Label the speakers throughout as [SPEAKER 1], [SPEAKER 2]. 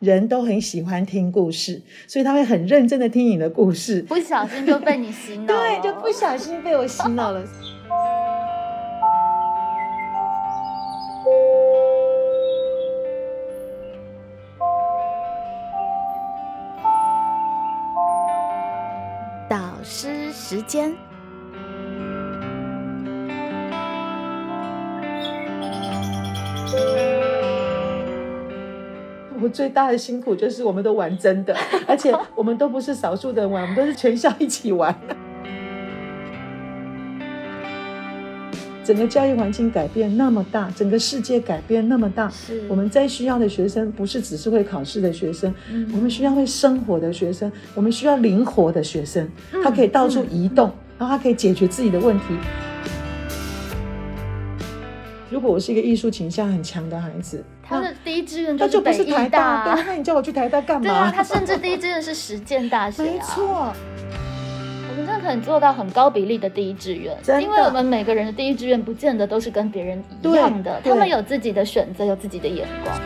[SPEAKER 1] 人都很喜欢听故事，所以他会很认真的听你的故事。
[SPEAKER 2] 不啊小心就被你洗脑了，
[SPEAKER 1] 对，就不小心被我洗脑了。
[SPEAKER 2] 导师时间。
[SPEAKER 1] 我最大的辛苦就是我们都玩真 的，而且我们都不是少数人玩，我们都是全校一起玩。整个教育环境改变那么大，整个世界改变那么大，
[SPEAKER 2] 是
[SPEAKER 1] 我们在需要的学生不是只是会考试的学生，
[SPEAKER 2] 嗯
[SPEAKER 1] 我们需要会生活的学生，我们需要灵活的学生，
[SPEAKER 2] 嗯
[SPEAKER 1] 他可以到处
[SPEAKER 2] 嗯
[SPEAKER 1] 移动，然后他可以解决自己的问题。如果我是一个艺术倾向很强的孩子，
[SPEAKER 2] 他
[SPEAKER 1] 那
[SPEAKER 2] 的第一志愿
[SPEAKER 1] 那
[SPEAKER 2] 是
[SPEAKER 1] 就不
[SPEAKER 2] 北
[SPEAKER 1] 是台
[SPEAKER 2] 医
[SPEAKER 1] 大，对啊
[SPEAKER 2] 大，，
[SPEAKER 1] 那你叫我去台大干
[SPEAKER 2] 对
[SPEAKER 1] 嘛
[SPEAKER 2] 啊，？他甚至第一志愿是实践大学、啊，
[SPEAKER 1] 没错，
[SPEAKER 2] 我们真的可以做到很高比例的第一志愿
[SPEAKER 1] 真，的
[SPEAKER 2] 因为我们每个人的第一志愿不见得都是跟别人一样的，
[SPEAKER 1] 对对
[SPEAKER 2] 他们有自己的选择，有自己的眼光。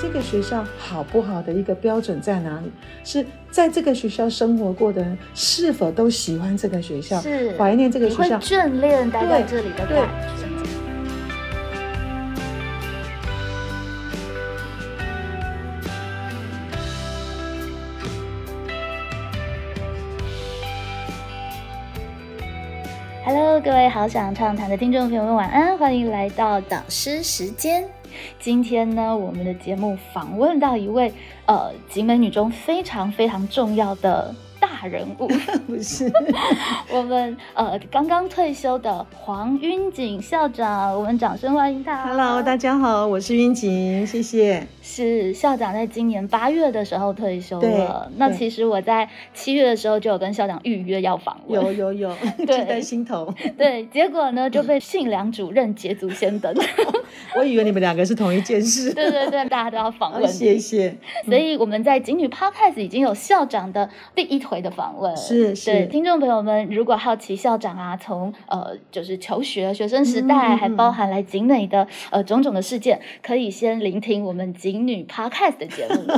[SPEAKER 1] 这个学校好不好的一个标准在哪里？是在这个学校生活过的人是否都喜欢这个学校，
[SPEAKER 2] 是
[SPEAKER 1] 怀念这个
[SPEAKER 2] 你
[SPEAKER 1] 学
[SPEAKER 2] 会
[SPEAKER 1] 校？
[SPEAKER 2] 眷恋待在这里的
[SPEAKER 1] 对
[SPEAKER 2] 感觉。Hello，各位好想畅谈的听众朋友们，晚安！欢迎来到导师时间。今天呢，我们的节目访问到一位呃集美女中非常非常重要的大人物。
[SPEAKER 1] 不是，
[SPEAKER 2] 我们呃刚刚退休的黄云锦校长，我们掌声欢迎他。
[SPEAKER 1] Hello，大家好，我是云锦，谢谢。
[SPEAKER 2] 是校长在今年八月的时候退休了
[SPEAKER 1] 对。
[SPEAKER 2] 那
[SPEAKER 1] 对
[SPEAKER 2] 其实我在七月的时候就有跟校长预约要访问，
[SPEAKER 1] 有有有，记
[SPEAKER 2] 对
[SPEAKER 1] 在心头。
[SPEAKER 2] 对，结果呢就被信良主任捷足先登。
[SPEAKER 1] 我以为你们两个是同一件事。
[SPEAKER 2] 对对对，大家都要访
[SPEAKER 1] 好
[SPEAKER 2] 问你。
[SPEAKER 1] 哦谢谢。
[SPEAKER 2] 所以我们在警女 Podcast 已经有校长的第一回的访问，
[SPEAKER 1] 是是
[SPEAKER 2] 呃对听众朋友们，如果好奇校长啊，从呃就是求学学生时
[SPEAKER 1] 嗯
[SPEAKER 2] 代，
[SPEAKER 1] 嗯
[SPEAKER 2] 还包含来警美的呃种种的事件，可以先聆听我们警女 Podcast 的节 目，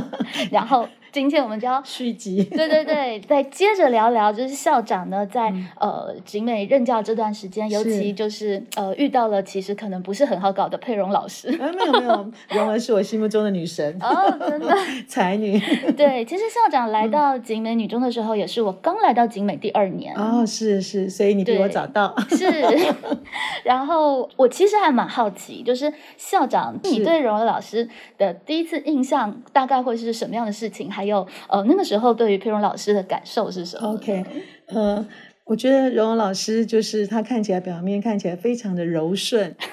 [SPEAKER 2] 然后今天我们就要。
[SPEAKER 1] 续集。
[SPEAKER 2] 对对对，再接着聊聊，就是校长呢，在、呃景美任教这段时间，尤
[SPEAKER 1] 嗯是
[SPEAKER 2] 其就是呃遇到了其实可能不是很好搞的佩蓉 老师
[SPEAKER 1] 啊，没有没有，蓉儿是我心目中的女神，
[SPEAKER 2] 哦，真的，
[SPEAKER 1] 才女。
[SPEAKER 2] 对，其实校长来到
[SPEAKER 1] 嗯
[SPEAKER 2] 景美女中的时候，也是我刚来到景美第二年。
[SPEAKER 1] 哦，是是，所以你比我
[SPEAKER 2] 对
[SPEAKER 1] 早到。
[SPEAKER 2] 是， 然后我其实还蛮好奇，就是校长，你
[SPEAKER 1] 是
[SPEAKER 2] 对荣儿老师的第一次印象大概会是什么样的事情？还有，呃，那个时候对于佩蓉老师的感受是什么
[SPEAKER 1] OK，呃，我觉得蓉蓉老师就是她看起来表面看起来非常的柔顺，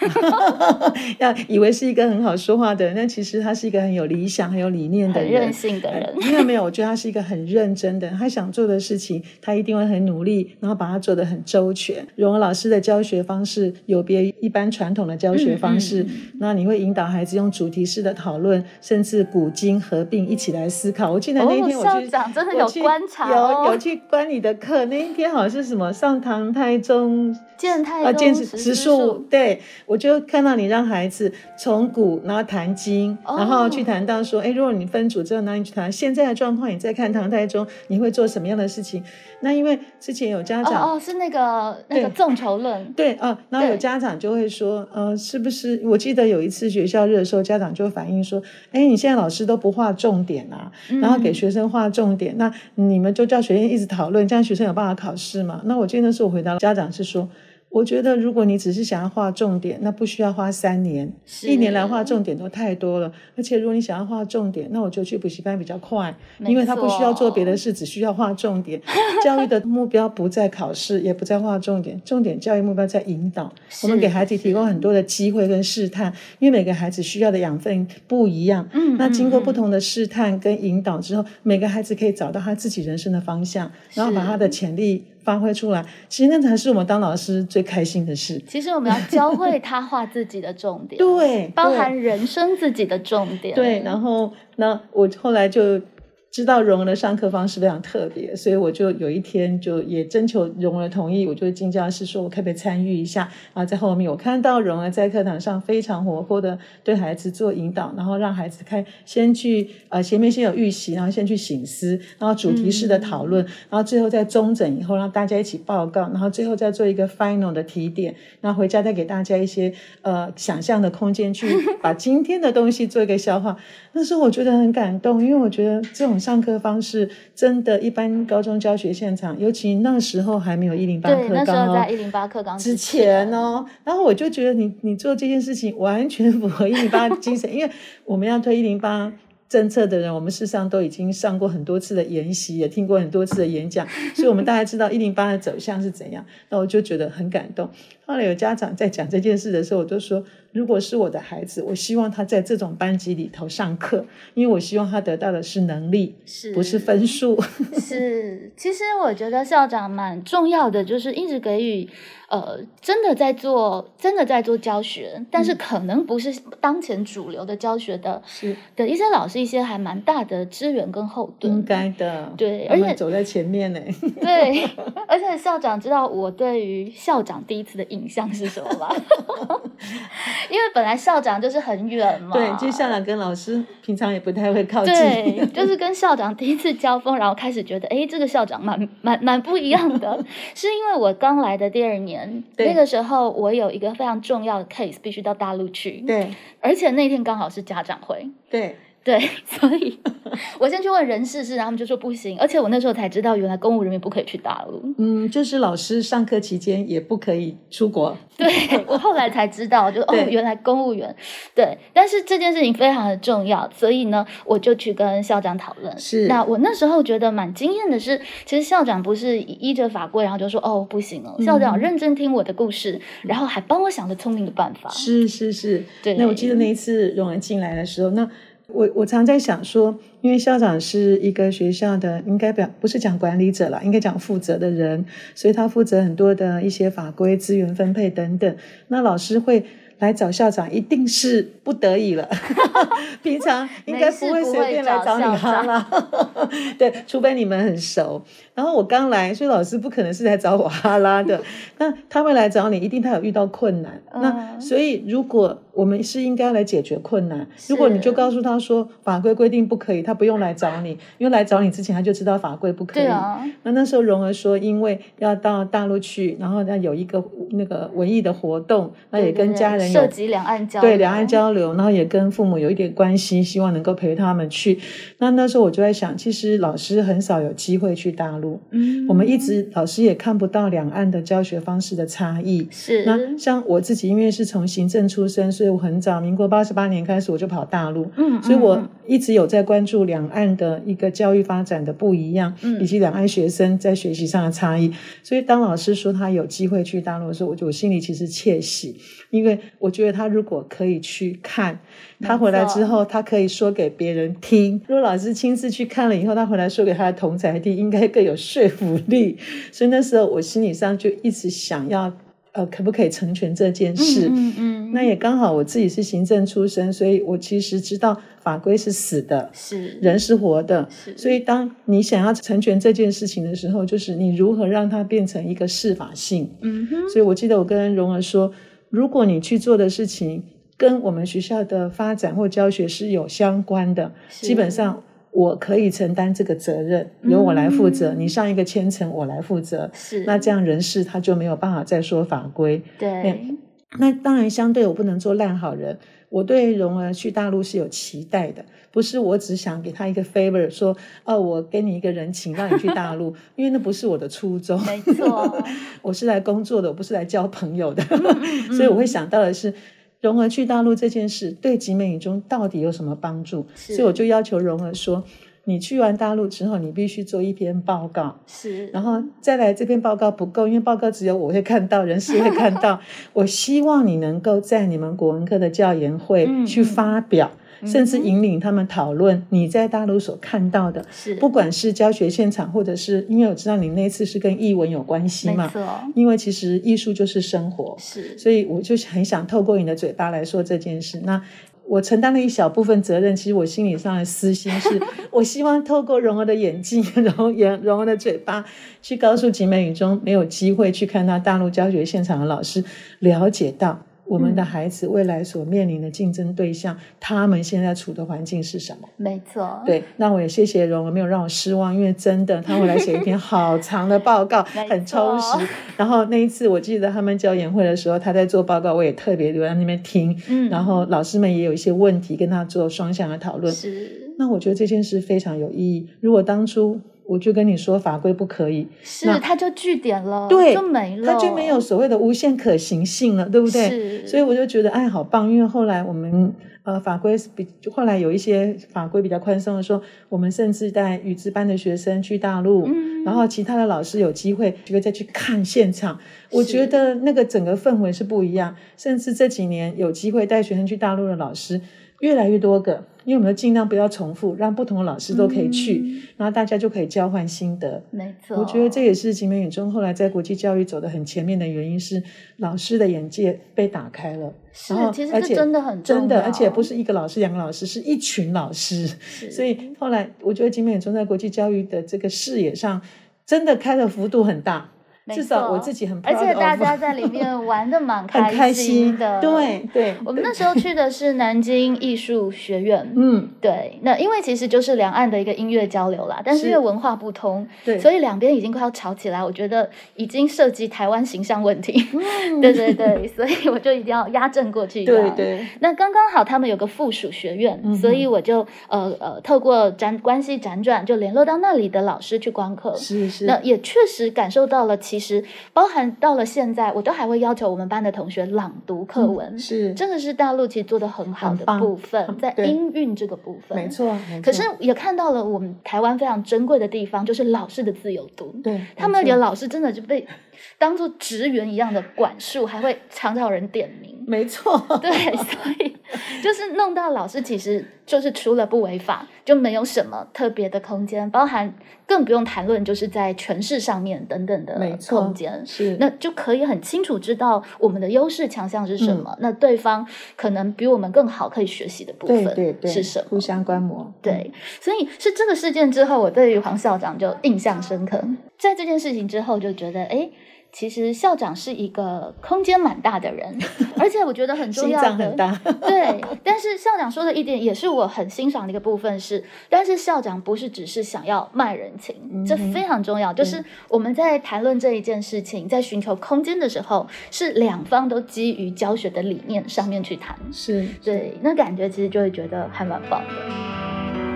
[SPEAKER 1] 要以为是一个很好说话的人，但其实她是一个很有理想、很有理念的
[SPEAKER 2] 很任
[SPEAKER 1] 人。哎
[SPEAKER 2] 性的人，
[SPEAKER 1] 没有没有，我觉得他是一个很认真的人，他想做的事情，他一定会很努力，然后把它做得很周全。蓉儿老师的教学方式有别于一般传统的教学方式，
[SPEAKER 2] 嗯
[SPEAKER 1] 那你会引导孩子用主题式的讨论，甚至古今合并一起来思考。我记得那一天我
[SPEAKER 2] 哦
[SPEAKER 1] 去，
[SPEAKER 2] 校长真的
[SPEAKER 1] 我
[SPEAKER 2] 有
[SPEAKER 1] 去
[SPEAKER 2] 观察哦
[SPEAKER 1] 有有去观你的课。那一天好像是什么上唐太宗
[SPEAKER 2] 见太
[SPEAKER 1] 啊，
[SPEAKER 2] 多
[SPEAKER 1] 见
[SPEAKER 2] 识
[SPEAKER 1] 植
[SPEAKER 2] 之
[SPEAKER 1] 树，，对我就看到你让孩子从古，然后谈经，
[SPEAKER 2] 哦
[SPEAKER 1] 然后去谈到说，哎，如果你分组之后，那你去谈现在的状况，你再看唐太宗，你会做什么样的事情？那因为之前有家长。
[SPEAKER 2] 哦哦，是那个那
[SPEAKER 1] 对
[SPEAKER 2] 个众筹 论，
[SPEAKER 1] 对啊、呃然后有
[SPEAKER 2] 对
[SPEAKER 1] 家长就会说，呃，是不是？我记得有一次学校日的时候，家长就反映说，哎，你现在老师都不画重点啊，然后给
[SPEAKER 2] 嗯
[SPEAKER 1] 学生画重点，那你们就叫学生一直讨论，这样学生有办法考试嘛？那我记得那时候我回答家长是说，我觉得如果你只是想要画重点，那不需要花三年，
[SPEAKER 2] 是
[SPEAKER 1] 一年来画重点都太多了。而且如果你想要画重点，那我就去补习班比较快，
[SPEAKER 2] 没
[SPEAKER 1] 因为他不需要做别的
[SPEAKER 2] 错
[SPEAKER 1] 事，只需要画重点。 教育的目标不在考试，也不在画重点，重点教育目标在引导。我们
[SPEAKER 2] 是
[SPEAKER 1] 给孩子提供
[SPEAKER 2] 是
[SPEAKER 1] 很多的机会跟试探，因为每个孩子需要的养分不一样。
[SPEAKER 2] 嗯
[SPEAKER 1] 那经过不
[SPEAKER 2] 嗯嗯
[SPEAKER 1] 同的试探跟引导之后，每个孩子可以找到他自己人生的方向，然后把
[SPEAKER 2] 是
[SPEAKER 1] 他的潜力发挥出来。其实那才是我们当老师最开心的事。
[SPEAKER 2] 其实我们要教会他画自己的重点，
[SPEAKER 1] 对，
[SPEAKER 2] 包
[SPEAKER 1] 对
[SPEAKER 2] 含人生自己的重点，
[SPEAKER 1] 对，然后那我后来就知道蓉儿的上课方式非常特别，所以我就有一天就也征求蓉儿的同意，我就进教室说，我可不可以参与一下啊？在后面我看到蓉儿在课堂上非常活泼的对孩子做引导，然后让孩子开先去呃前面先有预习，然后先去醒思，然后主题式的讨论，然后最后在中整以后让大家一起报告，然后最后再做一个 final 的提点，然后回家再给大家一些呃想象的空间 去把今天的东西做一个消化。那时候我觉得很感动，因为我觉得这种上课方式真的，一般高中教学现场，尤其那时候还没有一零八
[SPEAKER 2] 对，
[SPEAKER 1] 课
[SPEAKER 2] 那时
[SPEAKER 1] 纲
[SPEAKER 2] 候
[SPEAKER 1] 哦
[SPEAKER 2] 在。一零八课纲
[SPEAKER 1] 之
[SPEAKER 2] 前
[SPEAKER 1] 前，哦，然后我就觉得你你做这件事情完全符合一零八精神，因为我们要推一零八政策的人，我们事实上都已经上过很多次的研习，也听过很多次的演讲，所以我们大概知道一零八的走向是怎样。那我就觉得很感动。后来有家长在讲这件事的时候，我就说，如果是我的孩子，我希望他在这种班级里头上课，因为我希望他得到的是能力，
[SPEAKER 2] 是
[SPEAKER 1] 不是分数。
[SPEAKER 2] 是，其实我觉得校长蛮重要的，就是一直给予，呃，真的在做，真的在做教学，但
[SPEAKER 1] 嗯
[SPEAKER 2] 是可能不是当前主流的教学的
[SPEAKER 1] 是
[SPEAKER 2] 的一些老师一些还蛮大的支援跟后盾。
[SPEAKER 1] 应该的，
[SPEAKER 2] 对
[SPEAKER 1] 他
[SPEAKER 2] 而且
[SPEAKER 1] 们走在前面呢。
[SPEAKER 2] 对， 而且校长知道我对于校长第一次的印象是什么吗？ 因为本来校长就是很远嘛，
[SPEAKER 1] 对，就校长跟老师平常也不太会靠近。
[SPEAKER 2] 对，就是跟校长第一次交锋，然后开始觉得，哎，这个校长蛮蛮蛮不一样的。 是因为我刚来的第二年，那
[SPEAKER 1] 对
[SPEAKER 2] 个时候我有一个非常重要的 case，必须到大陆去，
[SPEAKER 1] 对
[SPEAKER 2] 而且那天刚好是家长会。
[SPEAKER 1] 对
[SPEAKER 2] 对， 所 以我先去问人事室，然后他们就说不行，而且我那时候才知道，原来公务人员不可以去大陆。
[SPEAKER 1] 嗯，就是老师上课期间也不可以出国。
[SPEAKER 2] 对我后来才知道，就哦，
[SPEAKER 1] 对
[SPEAKER 2] 原来公务员对，但是这件事情非常的重要，所以呢，我就去跟校长讨论。
[SPEAKER 1] 是
[SPEAKER 2] 那我那时候觉得蛮惊艳的是，其实校长不是依着法规，然后就说哦不行了，校长
[SPEAKER 1] 嗯
[SPEAKER 2] 认真听我的故事，然后还帮我想了聪明的办法。
[SPEAKER 1] 是是是，
[SPEAKER 2] 对
[SPEAKER 1] 那我记得那一次荣恩进来的时候，那我我常在想说，因为校长是一个学校的，应该表不是讲管理者啦，应该讲负责的人，所以他负责很多的一些法规、资源分配等等。那老师会。来找校长一定是不得已 了，平常应该不会随便来找你哈啦， 对，除非你们很熟。然后我刚来，所以老师不可能是来找我哈拉 的，那他会来找你，一定他有遇到困难。那
[SPEAKER 2] 嗯
[SPEAKER 1] 所以，如果我们是应该来解决困难，如果你
[SPEAKER 2] 是
[SPEAKER 1] 就告诉他说法规规定不可以，他不用来找你，因为来找你之前他就知道法规不可以。
[SPEAKER 2] 对啊，
[SPEAKER 1] 那那时候蓉儿说，因为要到大陆去，然后要有一个那个文艺的活动，那也
[SPEAKER 2] 对对
[SPEAKER 1] 跟
[SPEAKER 2] 对
[SPEAKER 1] 家人有
[SPEAKER 2] 涉及两岸交
[SPEAKER 1] 对两岸
[SPEAKER 2] 流
[SPEAKER 1] 交流，然后也跟父母有一点关系，希望能够陪他们去。那那时候我就在想，其实老师很少有机会去大陆，
[SPEAKER 2] 嗯
[SPEAKER 1] 我们一直老师也看不到两岸的教学方式的差异。
[SPEAKER 2] 是
[SPEAKER 1] 那像我自己，因为是从行政出身，所以我很早，民国八十八年开始我就跑大陆，
[SPEAKER 2] 嗯，
[SPEAKER 1] 所以
[SPEAKER 2] 嗯
[SPEAKER 1] 我
[SPEAKER 2] 嗯
[SPEAKER 1] 一直有在关注两岸的一个教育发展的不一样，
[SPEAKER 2] 嗯
[SPEAKER 1] 以及两岸学生在学习上的差异。所以当老师说他有机会去大陆的时候，我就我心里其实窃喜，因为我觉得他如果可以去看，他回来之后他可以说给别人听。如果老师亲自去看了以后，他回来说给他的同才弟，应该更有说服力。所以那时候我心理上就一直想要，呃，可不可以成全这件事？
[SPEAKER 2] 嗯嗯，嗯
[SPEAKER 1] 那也刚好我自己是行政出身，所以我其实知道法规是死的，
[SPEAKER 2] 是
[SPEAKER 1] 人是活的。
[SPEAKER 2] 是
[SPEAKER 1] 所以当你想要成全这件事情的时候，就是你如何让它变成一个适法性。
[SPEAKER 2] 嗯哼
[SPEAKER 1] 所以我记得我跟蓉儿说，如果你去做的事情跟我们学校的发展或教学是有相关的，
[SPEAKER 2] 是
[SPEAKER 1] 基本上。我可以承担这个责任，由我来负责。
[SPEAKER 2] 嗯
[SPEAKER 1] 你上一个千层，我来负责。
[SPEAKER 2] 是
[SPEAKER 1] 那这样人事他就没有办法再说法规，
[SPEAKER 2] 对
[SPEAKER 1] 那当然，相对我不能做烂好人。我对蓉儿去大陆是有期待的，不是我只想给她一个 favor，说哦，我给你一个人情让你去大陆， 因为那不是我的初衷。
[SPEAKER 2] 没 错
[SPEAKER 1] 我是来工作的，我不是来交朋友的。 所以我会想到的是，蓉儿去大陆这件事对集美女中到底有什么帮助？
[SPEAKER 2] 是
[SPEAKER 1] 所以我就要求蓉儿说，你去完大陆之后，你必须做一篇报告。
[SPEAKER 2] 是，
[SPEAKER 1] 然后再来这篇报告不够，因为报告只有我会看到，人事会看 到。我希望你能够在你们国文科的教研会
[SPEAKER 2] 嗯
[SPEAKER 1] 去发表，
[SPEAKER 2] 嗯
[SPEAKER 1] 甚至引领他们讨论你在大陆所看到的，
[SPEAKER 2] 是
[SPEAKER 1] 不管是教学现场，或者是因为我知道你那次是跟译文有关系
[SPEAKER 2] 没
[SPEAKER 1] 嘛，
[SPEAKER 2] 错
[SPEAKER 1] 因为其实艺术就是生活，
[SPEAKER 2] 是
[SPEAKER 1] 所以我就很想透过你的嘴巴来说这件事。那我承担了一小部分责任，其实我心理上的私心是，我希望透过蓉儿的眼睛、蓉眼、蓉儿的嘴巴，去告诉景美雨中没有机会去看到大陆教学现场的老师，了解到我们的孩子未来所面临的竞争对象，他们现在处的环境是什么。
[SPEAKER 2] 没错，
[SPEAKER 1] 对，那我也谢谢蓉儿没有让我失望，因为真的他会来写一 篇好长的报告
[SPEAKER 2] 没，
[SPEAKER 1] 很充
[SPEAKER 2] 错
[SPEAKER 1] 实。然后那一次我记得他们教研会的时候，他在做报告，我也特别留在那边听，
[SPEAKER 2] 嗯，
[SPEAKER 1] 然后老师们也有一些问题跟他做双向的讨论。
[SPEAKER 2] 是
[SPEAKER 1] 那我觉得这件事非常有意义。如果当初我就跟你说法规不可以，
[SPEAKER 2] 是，
[SPEAKER 1] 那
[SPEAKER 2] 它就据点了，
[SPEAKER 1] 对
[SPEAKER 2] 就没了，
[SPEAKER 1] 它就没有所谓的无限可行性了，对不对？
[SPEAKER 2] 是，
[SPEAKER 1] 所以我就觉得，哎，好棒！因为后来我们呃法规是比后来有一些法规比较宽松的说，我们甚至带语资班的学生去大陆，
[SPEAKER 2] 嗯，
[SPEAKER 1] 然后其他的老师有机会就会再去看现场，我
[SPEAKER 2] 是
[SPEAKER 1] 觉得那个整个氛围是不一样。甚至这几年有机会带学生去大陆的老师越来越多个，因为我们尽量不要重复，让不同的老师都可以去，
[SPEAKER 2] 嗯，
[SPEAKER 1] 然后大家就可以交换心得。
[SPEAKER 2] 没错，
[SPEAKER 1] 我觉得这也是景美远中后来在国际教育走得很前面的原因，是老师的眼界被打开了。
[SPEAKER 2] 是
[SPEAKER 1] 然后，
[SPEAKER 2] 其实
[SPEAKER 1] 而
[SPEAKER 2] 这
[SPEAKER 1] 且
[SPEAKER 2] 真的很重
[SPEAKER 1] 真的，而且
[SPEAKER 2] 要
[SPEAKER 1] 不是一个老师、两个老师，是一群老师。
[SPEAKER 2] 是
[SPEAKER 1] 所以后来我觉得景美远中在国际教育的这个视野上，真的开的幅度很大。
[SPEAKER 2] 没
[SPEAKER 1] 至少我
[SPEAKER 2] 错
[SPEAKER 1] 自己很 proud
[SPEAKER 2] 而
[SPEAKER 1] of，
[SPEAKER 2] 且大家在里面玩的蛮
[SPEAKER 1] 很开
[SPEAKER 2] 心的，
[SPEAKER 1] 对。对，
[SPEAKER 2] 我们
[SPEAKER 1] 对
[SPEAKER 2] 那时候去的是南京艺术学院，
[SPEAKER 1] 嗯
[SPEAKER 2] 对，那因为其实就是两岸的一个音乐交流啦，但是
[SPEAKER 1] 是
[SPEAKER 2] 因为文化不通，
[SPEAKER 1] 对，
[SPEAKER 2] 所
[SPEAKER 1] 以
[SPEAKER 2] 以两边已经快要吵起来，我觉得已经涉及台湾形象问题。 对对对，所以我就一定要压阵过去。
[SPEAKER 1] 嗯对。对
[SPEAKER 2] 那刚刚好，他们有个附属学院，
[SPEAKER 1] 嗯哼
[SPEAKER 2] 所以我就呃呃，透过辗关系辗转，就联络到那里的老师去观课。
[SPEAKER 1] 是是，
[SPEAKER 2] 那也确实感受到了，其实包含到了现在，我都还会要求我们班的同学朗读课文，
[SPEAKER 1] 嗯是
[SPEAKER 2] 这个是大陆其实做的很好
[SPEAKER 1] 很
[SPEAKER 2] 的
[SPEAKER 1] 棒
[SPEAKER 2] 部分，
[SPEAKER 1] 很
[SPEAKER 2] 在
[SPEAKER 1] 对
[SPEAKER 2] 音韵这个部分，
[SPEAKER 1] 没。错，没错
[SPEAKER 2] 可是也看到了我们台湾非常珍贵的地方，就是老师的自由度。
[SPEAKER 1] 对
[SPEAKER 2] 他
[SPEAKER 1] 没
[SPEAKER 2] 们
[SPEAKER 1] 错
[SPEAKER 2] 有老师真的就被当做职员一样的管束，还会常常有人点名。
[SPEAKER 1] 没错，
[SPEAKER 2] 对， 所以就是弄到老师，其实就是除了不违法，就没有什么特别的空间，包含更不用谈论就是在诠释上面等等的
[SPEAKER 1] 没错
[SPEAKER 2] 空间。
[SPEAKER 1] 是
[SPEAKER 2] 那就可以很清楚知道我们的优势强项是什么，
[SPEAKER 1] 嗯
[SPEAKER 2] 那对方可能比我们更好，可以学习的部
[SPEAKER 1] 对
[SPEAKER 2] 分
[SPEAKER 1] 对对
[SPEAKER 2] 是什么？
[SPEAKER 1] 互相观摩，嗯
[SPEAKER 2] 对，所以是这个事件之后，我对于黄校长就印象深刻。在这件事情之后，就觉得哎。诶其实校长是一个空间蛮大的人，而且我觉得很
[SPEAKER 1] 嗯，
[SPEAKER 2] 重
[SPEAKER 1] 心
[SPEAKER 2] 要的，
[SPEAKER 1] 脏很大，
[SPEAKER 2] 对。但是校长说的一点也是我很欣赏的一个部分是，但是校长不是只是想要卖人情，这
[SPEAKER 1] 嗯哼
[SPEAKER 2] 非常重要。就是我们在谈论这一件事情，在寻求空间的时候，是两方都基于教学的理念上面去谈。
[SPEAKER 1] 是，
[SPEAKER 2] 对，那感觉其实就会觉得还蛮棒的。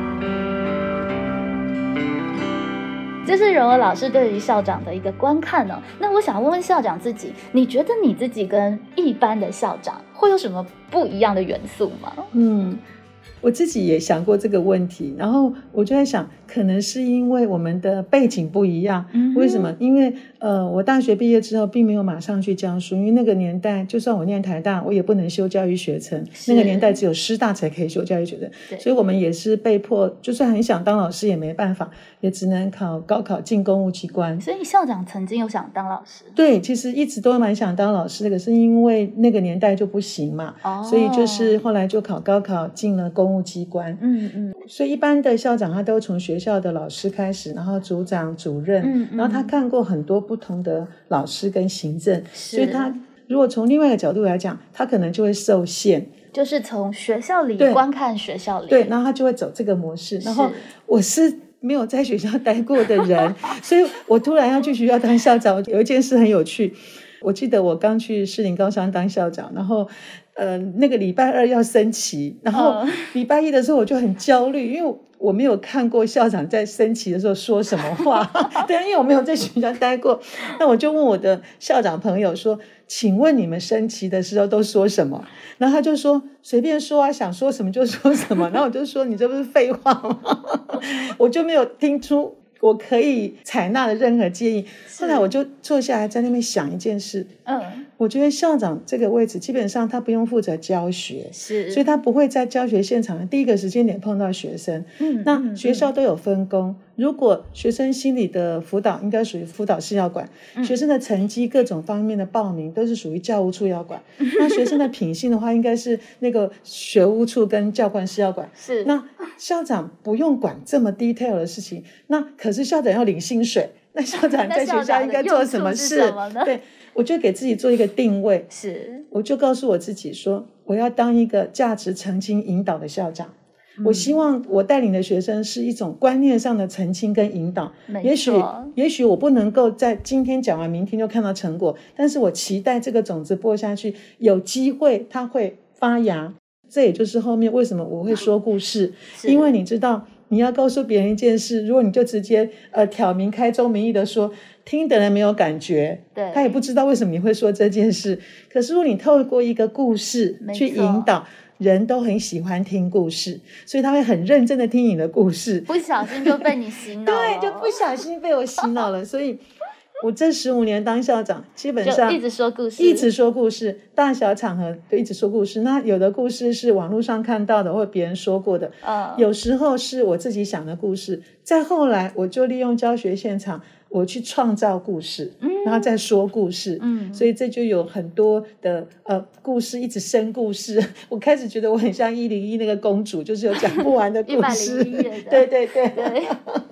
[SPEAKER 2] 这是荣儿老师对于校长的一个观看呢、那我想问问校长自己，你觉得你自己跟一般的校长会有什么不一样的元素吗？
[SPEAKER 1] 嗯。我自己也想过这个问题，然后我就在想，可能是因为我们的背景不一样，
[SPEAKER 2] 嗯
[SPEAKER 1] 为什么？？因为呃，我大学毕业之后并没有马上去教书，因为那个年代，就算我念台大，我也不能修教育学程。
[SPEAKER 2] 是
[SPEAKER 1] 那个年代只有师大才可以修教育学
[SPEAKER 2] 对
[SPEAKER 1] 程，所以我们也是被迫，就算很想当老师也没办法，也只能考高考进公务机关。
[SPEAKER 2] 所以校长曾经有想当老师
[SPEAKER 1] 对，其实一直都蛮想当老师的，可是因为那个年代就不行嘛，
[SPEAKER 2] 哦
[SPEAKER 1] 所以就是后来就考高考进了公务机关。
[SPEAKER 2] 嗯嗯
[SPEAKER 1] 所以一般的校长他都从学校的老师开始，然后组长、主任，
[SPEAKER 2] 嗯嗯
[SPEAKER 1] 然后他看过很多不同的老师跟行政，
[SPEAKER 2] 是
[SPEAKER 1] 所以他如果从另外一个角度来讲，他可能就会受限，
[SPEAKER 2] 就是从学校里
[SPEAKER 1] 对
[SPEAKER 2] 观看学校里，
[SPEAKER 1] 对，然后他就会走这个模式。然后我是没有在学校待过的人，所以我突然要去学校当校长，有一件事很有趣。我记得我刚去士林高商当校长，然后，呃，那个礼拜二要升旗，然后
[SPEAKER 2] 嗯
[SPEAKER 1] 礼拜一的时候我就很焦虑，因为我没有看过校长在升旗的时候说什么话，对，因为我没有在学校待过，那我就问我的校长朋友说：“请问你们升旗的时候都说什么？”然后他就说：“随便说啊，想 说什么就说什么。”然后我就说：“你这不是废话吗？”我就没有听出我可以采纳的任何建议。后来我就坐下来在那边想一件事，
[SPEAKER 2] 嗯，
[SPEAKER 1] 我觉得校长这个位置基本上他不用负责教学，
[SPEAKER 2] 是，
[SPEAKER 1] 所以他不会在教学现场的第一个时间点碰到学生。
[SPEAKER 2] 嗯，
[SPEAKER 1] 那
[SPEAKER 2] 嗯
[SPEAKER 1] 学校都有分工，如果学生心理的辅导应该属于辅导室要管，
[SPEAKER 2] 嗯
[SPEAKER 1] 学生的成绩各种方面的报名都是属于教务处要 管。那学生的品性的话，应该是那个学务处跟教官室要管。
[SPEAKER 2] 嗯是，
[SPEAKER 1] 那校长不用管这么 detail 的事情，那可是校长要领薪水，那校长
[SPEAKER 2] 那
[SPEAKER 1] 在
[SPEAKER 2] 校
[SPEAKER 1] 学
[SPEAKER 2] 长
[SPEAKER 1] 校
[SPEAKER 2] 的
[SPEAKER 1] 应该
[SPEAKER 2] 用
[SPEAKER 1] 做
[SPEAKER 2] 处
[SPEAKER 1] 么
[SPEAKER 2] 是
[SPEAKER 1] 事？
[SPEAKER 2] 什么呢
[SPEAKER 1] 对，我就给自己做一个定位，
[SPEAKER 2] 是，
[SPEAKER 1] 我就告诉我自己说，我要当一个价值澄清引导的校长。我
[SPEAKER 2] 嗯
[SPEAKER 1] 希望我带领的学生是一种观念上的澄清跟引导，
[SPEAKER 2] 没
[SPEAKER 1] 也许
[SPEAKER 2] 错
[SPEAKER 1] 也许我不能够在今天讲完，明天就看到成果，但是我期待这个种子播下去，有机会它会发芽。这也就是后面为什么我会说故事，
[SPEAKER 2] 嗯是
[SPEAKER 1] 因为你知道你要告诉别人一件事，如果你就直接呃挑明开宗明义的说，听的人没有感觉，
[SPEAKER 2] 对
[SPEAKER 1] 他也不知道为什么你会说这件事。可是如果你透过一个故事
[SPEAKER 2] 没
[SPEAKER 1] 去
[SPEAKER 2] 错
[SPEAKER 1] 引导，人都很喜欢听故事，所以他会很认真的听你的故事。
[SPEAKER 2] 不小心就被你洗脑了，
[SPEAKER 1] 对，就不小心被我洗脑了。所以，我这十五年当校长，基本上
[SPEAKER 2] 就一直说故事，
[SPEAKER 1] 一直说故事，大小场合就一直说故事。那有的故事是网络上看到的，或别人说过的，
[SPEAKER 2] 嗯，
[SPEAKER 1] 有时候是我自己想的故事。再后来，我就利用教学现场，我去创造故事，
[SPEAKER 2] 嗯
[SPEAKER 1] 然后再说故事。
[SPEAKER 2] 嗯，
[SPEAKER 1] 所以这就有很多的呃故事，一直生故事。 我开始觉得我很像一零一那个公主，就是有讲不完的 故事。
[SPEAKER 2] 101页 的
[SPEAKER 1] 对对对。
[SPEAKER 2] 对，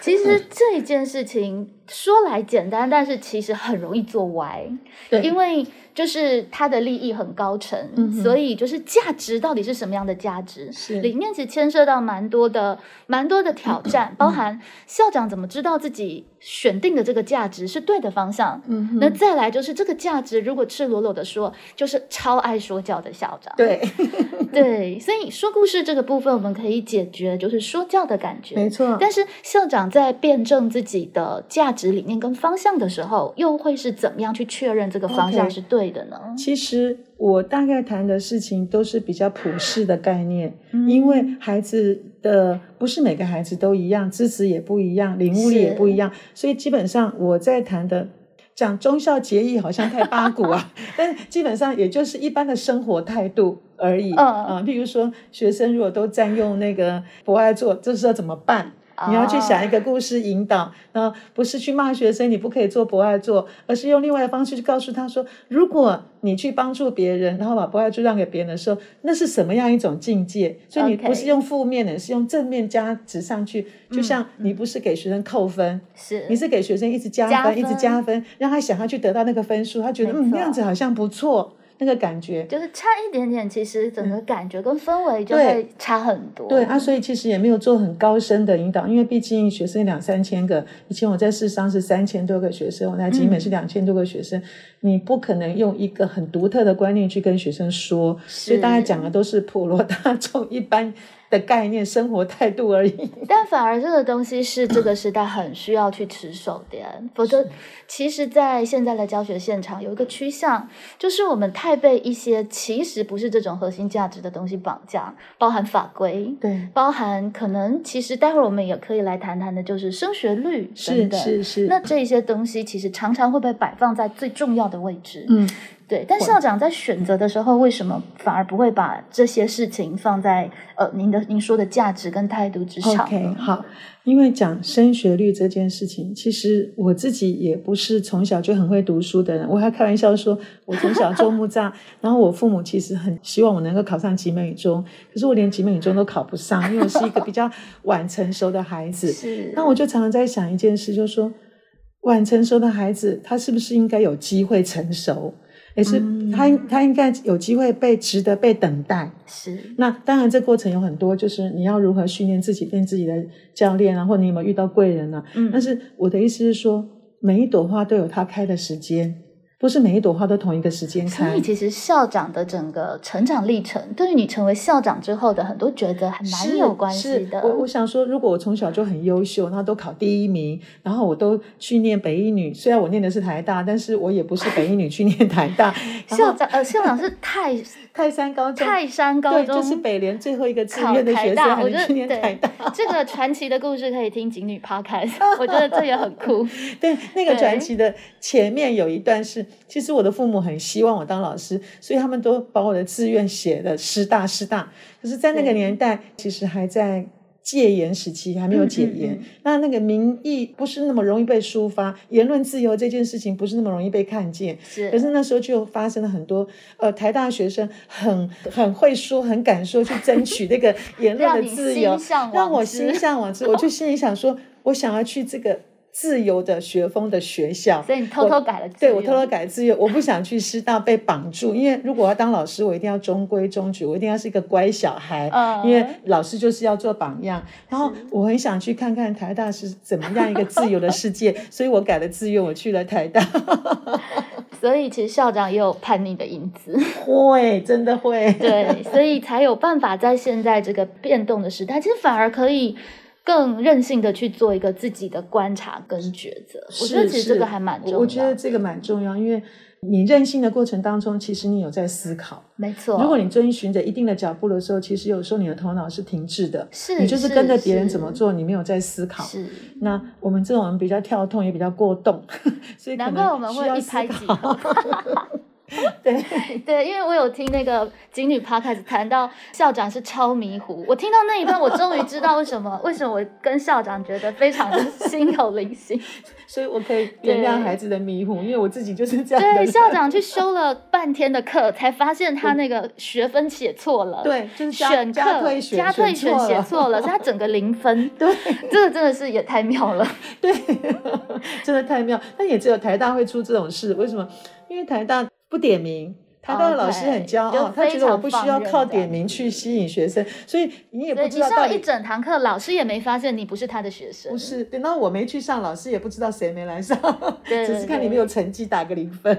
[SPEAKER 2] 其实这件事情说来简单，但是其实很容易做歪。
[SPEAKER 1] 对
[SPEAKER 2] 因为就是它的利益很高层，
[SPEAKER 1] 嗯哼
[SPEAKER 2] 所以就是价值到底是什么样的价值，
[SPEAKER 1] 是嗯
[SPEAKER 2] 里面其实牵涉到蛮多的蛮多的挑战，包含校长怎么知道自己选定的这个价值是对的方向。
[SPEAKER 1] 嗯哼
[SPEAKER 2] 那再来就是这个价值，如果赤裸裸的说，就是超爱说教的校长。
[SPEAKER 1] 对，
[SPEAKER 2] 对，所以说故事这个部分，我们可以解决就是说教的感觉。
[SPEAKER 1] 没错。
[SPEAKER 2] 但是校长在辩证自己的价值理念跟方向的时候，又会是怎么样去确认这个方向
[SPEAKER 1] OK
[SPEAKER 2] 是对的呢？
[SPEAKER 1] 其实我大概谈的事情都是比较普世的概念，
[SPEAKER 2] 嗯
[SPEAKER 1] 因为孩子的不是每个孩子都一样，资质也不一样，领悟力也不一样，所以基本上我在谈的。讲忠孝节义好像太八股 啊，但基本上也就是一般的生活态度而已。
[SPEAKER 2] 嗯
[SPEAKER 1] 啊，譬如说学生如果都占用那个不爱做，这时候怎么办？你要
[SPEAKER 2] 哦
[SPEAKER 1] 去
[SPEAKER 2] 啊
[SPEAKER 1] 想一个故事引导，那不是去骂学生你不可以做不爱做，而是用另外的方式去告诉他说，如果你去帮助别人，然后把不爱做让给别人的时候，那是什么样一种境界？所以你
[SPEAKER 2] OK 嗯
[SPEAKER 1] 不是用负面的，是用正面加值上去。就像你不是给学生扣分，
[SPEAKER 2] 是
[SPEAKER 1] 你是给学生一直加
[SPEAKER 2] 加
[SPEAKER 1] 分，
[SPEAKER 2] 分
[SPEAKER 1] 一直加分，让他想要去得到那个分数，他觉得
[SPEAKER 2] 没错
[SPEAKER 1] 嗯那样子好像不错，那个感觉。
[SPEAKER 2] 就是差一点点，其实整个感觉跟氛围
[SPEAKER 1] 嗯
[SPEAKER 2] 就
[SPEAKER 1] 对
[SPEAKER 2] 会差很多。
[SPEAKER 1] 对啊，所以其实也没有做很高深的引导，因为毕竟学生两三千个，以前我在市商是三千多个学生，我在集美是两千多个学生，你不可能用一个很独特的观念去跟学生说，所以大家讲的都是普罗大众一般的概念、生活态度而已。
[SPEAKER 2] 但反而这个东西是这个时代很需要去持守的，否则，其实，在现在的教学现场有一个趋向，就是我们太被一些其实不是这种核心价值的东西绑架，包含法规，
[SPEAKER 1] 对，
[SPEAKER 2] 包含可能其实待会儿我们也可以来谈谈的，就是升学率 等
[SPEAKER 1] 是
[SPEAKER 2] 等。
[SPEAKER 1] 是是，
[SPEAKER 2] 那这些东西其实常常会被摆放在最重要的位置，
[SPEAKER 1] 嗯，
[SPEAKER 2] 对。但
[SPEAKER 1] 会
[SPEAKER 2] 校长在选择的时候，为什么反而不会把这些事情放在呃您的您说的价值跟态度之上
[SPEAKER 1] OK，
[SPEAKER 2] 呢
[SPEAKER 1] 好，因为讲升学率这件事情，其实我自己也不是从小就很会读书的人，我还开玩笑说，我从小做木栅， 然后我父母其实很希望我能够考上集美女中，可是我连集美女中都考不上，因为我是一个比较晚成熟的孩子。
[SPEAKER 2] 是，
[SPEAKER 1] 那我就常常在想一件事，就是说，晚成熟的孩子，他是不是应该有机会成熟？也是
[SPEAKER 2] 嗯
[SPEAKER 1] 他他应该有机会被值得被等待。
[SPEAKER 2] 是
[SPEAKER 1] 那当然，这过程有很多，就是你要如何训练自己，变自己的教练啊，或你有没有遇到贵人啊？
[SPEAKER 2] 嗯
[SPEAKER 1] 但是我的意思是说，每一朵花都有它开的时间，不是每一朵花都同一个时间
[SPEAKER 2] 所
[SPEAKER 1] 开
[SPEAKER 2] 以。其实校长的整个成长历程，对于你成为校长之后的很多抉择，还蛮
[SPEAKER 1] 是
[SPEAKER 2] 有关系
[SPEAKER 1] 是
[SPEAKER 2] 的。
[SPEAKER 1] 我我想说，如果我从小就很优秀，然后都考第一名，然后我都去念北一女，虽然 我念的是台大，但是我也不是北一女去念台大。然后
[SPEAKER 2] 校长呃，校长是太
[SPEAKER 1] 泰山高中，
[SPEAKER 2] 泰山高中
[SPEAKER 1] 对，就是北联最后一个志愿的学
[SPEAKER 2] 考台大
[SPEAKER 1] 生，
[SPEAKER 2] 我
[SPEAKER 1] 还
[SPEAKER 2] 觉得
[SPEAKER 1] 能去念台大。
[SPEAKER 2] 这个传奇的故事可以听警女 podcast，我觉得这也很酷。
[SPEAKER 1] 对，那个传
[SPEAKER 2] 对
[SPEAKER 1] 奇的前面有一段是，其实我的父母很希望我当老师，所以他们都把我的志愿写的师大师大。可是，在那个
[SPEAKER 2] 对
[SPEAKER 1] 年代，其实还在。戒严时期还没有解
[SPEAKER 2] 嗯嗯
[SPEAKER 1] 严，
[SPEAKER 2] 嗯
[SPEAKER 1] 那那个民意不是那么容易被抒发，言论自由这件事情不是那么容易被看见。
[SPEAKER 2] 是，
[SPEAKER 1] 可是那时候就发生了很多，呃，台大学生很很会说，很敢说，去争取那个言论
[SPEAKER 2] 让你
[SPEAKER 1] 的自由
[SPEAKER 2] 心，向往
[SPEAKER 1] 让我
[SPEAKER 2] 之
[SPEAKER 1] 心向往之。我就心里想说，我想要去这个自由的学风的学校。
[SPEAKER 2] 所以你偷偷
[SPEAKER 1] 我
[SPEAKER 2] 改了志
[SPEAKER 1] 对我
[SPEAKER 2] 愿
[SPEAKER 1] 偷偷改志愿，我不想去师大被绑住，因为如果我要当老师，我一定要中规中矩，我一定要是一个乖小孩，
[SPEAKER 2] 嗯
[SPEAKER 1] 因为老师就是要做榜样。然后我很想去看看台大是怎么样一个自由的世界，所以我改了志愿，我去了台大。
[SPEAKER 2] 所以其实校长也有叛逆的影 子，
[SPEAKER 1] 会，真的会。
[SPEAKER 2] 对，所以才有办法在现在这个变动的时代，其实反而可以更任性的去做一个自己的观察跟抉择。我觉得
[SPEAKER 1] 是
[SPEAKER 2] 其实这
[SPEAKER 1] 是
[SPEAKER 2] 个还蛮重要
[SPEAKER 1] 我我觉得这个蛮重要，因为你任性的过程当中，其实你有在思考。
[SPEAKER 2] 没错。
[SPEAKER 1] 如果你遵循着一定的脚步的时候，其实有时候你的头脑是停滞的，
[SPEAKER 2] 是
[SPEAKER 1] 你就是跟着别人
[SPEAKER 2] 是
[SPEAKER 1] 怎么做，你没有在思考。
[SPEAKER 2] 是，
[SPEAKER 1] 那我们这种人比较跳动，也比较过动， 所以可
[SPEAKER 2] 难
[SPEAKER 1] 能
[SPEAKER 2] 怪我们会
[SPEAKER 1] 需要
[SPEAKER 2] 一
[SPEAKER 1] 思
[SPEAKER 2] 拍即
[SPEAKER 1] 考
[SPEAKER 2] 合。
[SPEAKER 1] 对，
[SPEAKER 2] 对，因为我有听那个警女 podcast 谈到校长是超迷糊，我听到那一段，我终于知道为什 么为什么我跟校长觉得非常的心有 灵犀。
[SPEAKER 1] 所以我可以原
[SPEAKER 2] 对
[SPEAKER 1] 谅孩子的迷糊，因为我自己就是这样的人。
[SPEAKER 2] 对，校长去修了半天的课，才发现他那个学分写错了。。
[SPEAKER 1] 对，就是加
[SPEAKER 2] 选课
[SPEAKER 1] 加退选
[SPEAKER 2] 加退选
[SPEAKER 1] 错
[SPEAKER 2] 写
[SPEAKER 1] 了，
[SPEAKER 2] 错了，所以他整个零分
[SPEAKER 1] 。对，
[SPEAKER 2] 这个真的是也太妙了。
[SPEAKER 1] 对，真的太妙。但也只有台大会出这种事，为什么？因为台大不点名。台大的老师很骄
[SPEAKER 2] OK，
[SPEAKER 1] 傲
[SPEAKER 2] 哦就
[SPEAKER 1] 他觉
[SPEAKER 2] 非
[SPEAKER 1] 得
[SPEAKER 2] 常
[SPEAKER 1] 我不需
[SPEAKER 2] 放
[SPEAKER 1] 要
[SPEAKER 2] 任
[SPEAKER 1] 靠
[SPEAKER 2] 这
[SPEAKER 1] 点
[SPEAKER 2] 样
[SPEAKER 1] 名去吸引学生，所以你也
[SPEAKER 2] 对，
[SPEAKER 1] 不
[SPEAKER 2] 你
[SPEAKER 1] 知道到
[SPEAKER 2] 上一
[SPEAKER 1] 底
[SPEAKER 2] 整堂课，老师也没发现你不是他的学生。
[SPEAKER 1] 不是。等到我没去上，老师也不知道谁没来上，
[SPEAKER 2] 对
[SPEAKER 1] 只是看你没有成绩打个零分。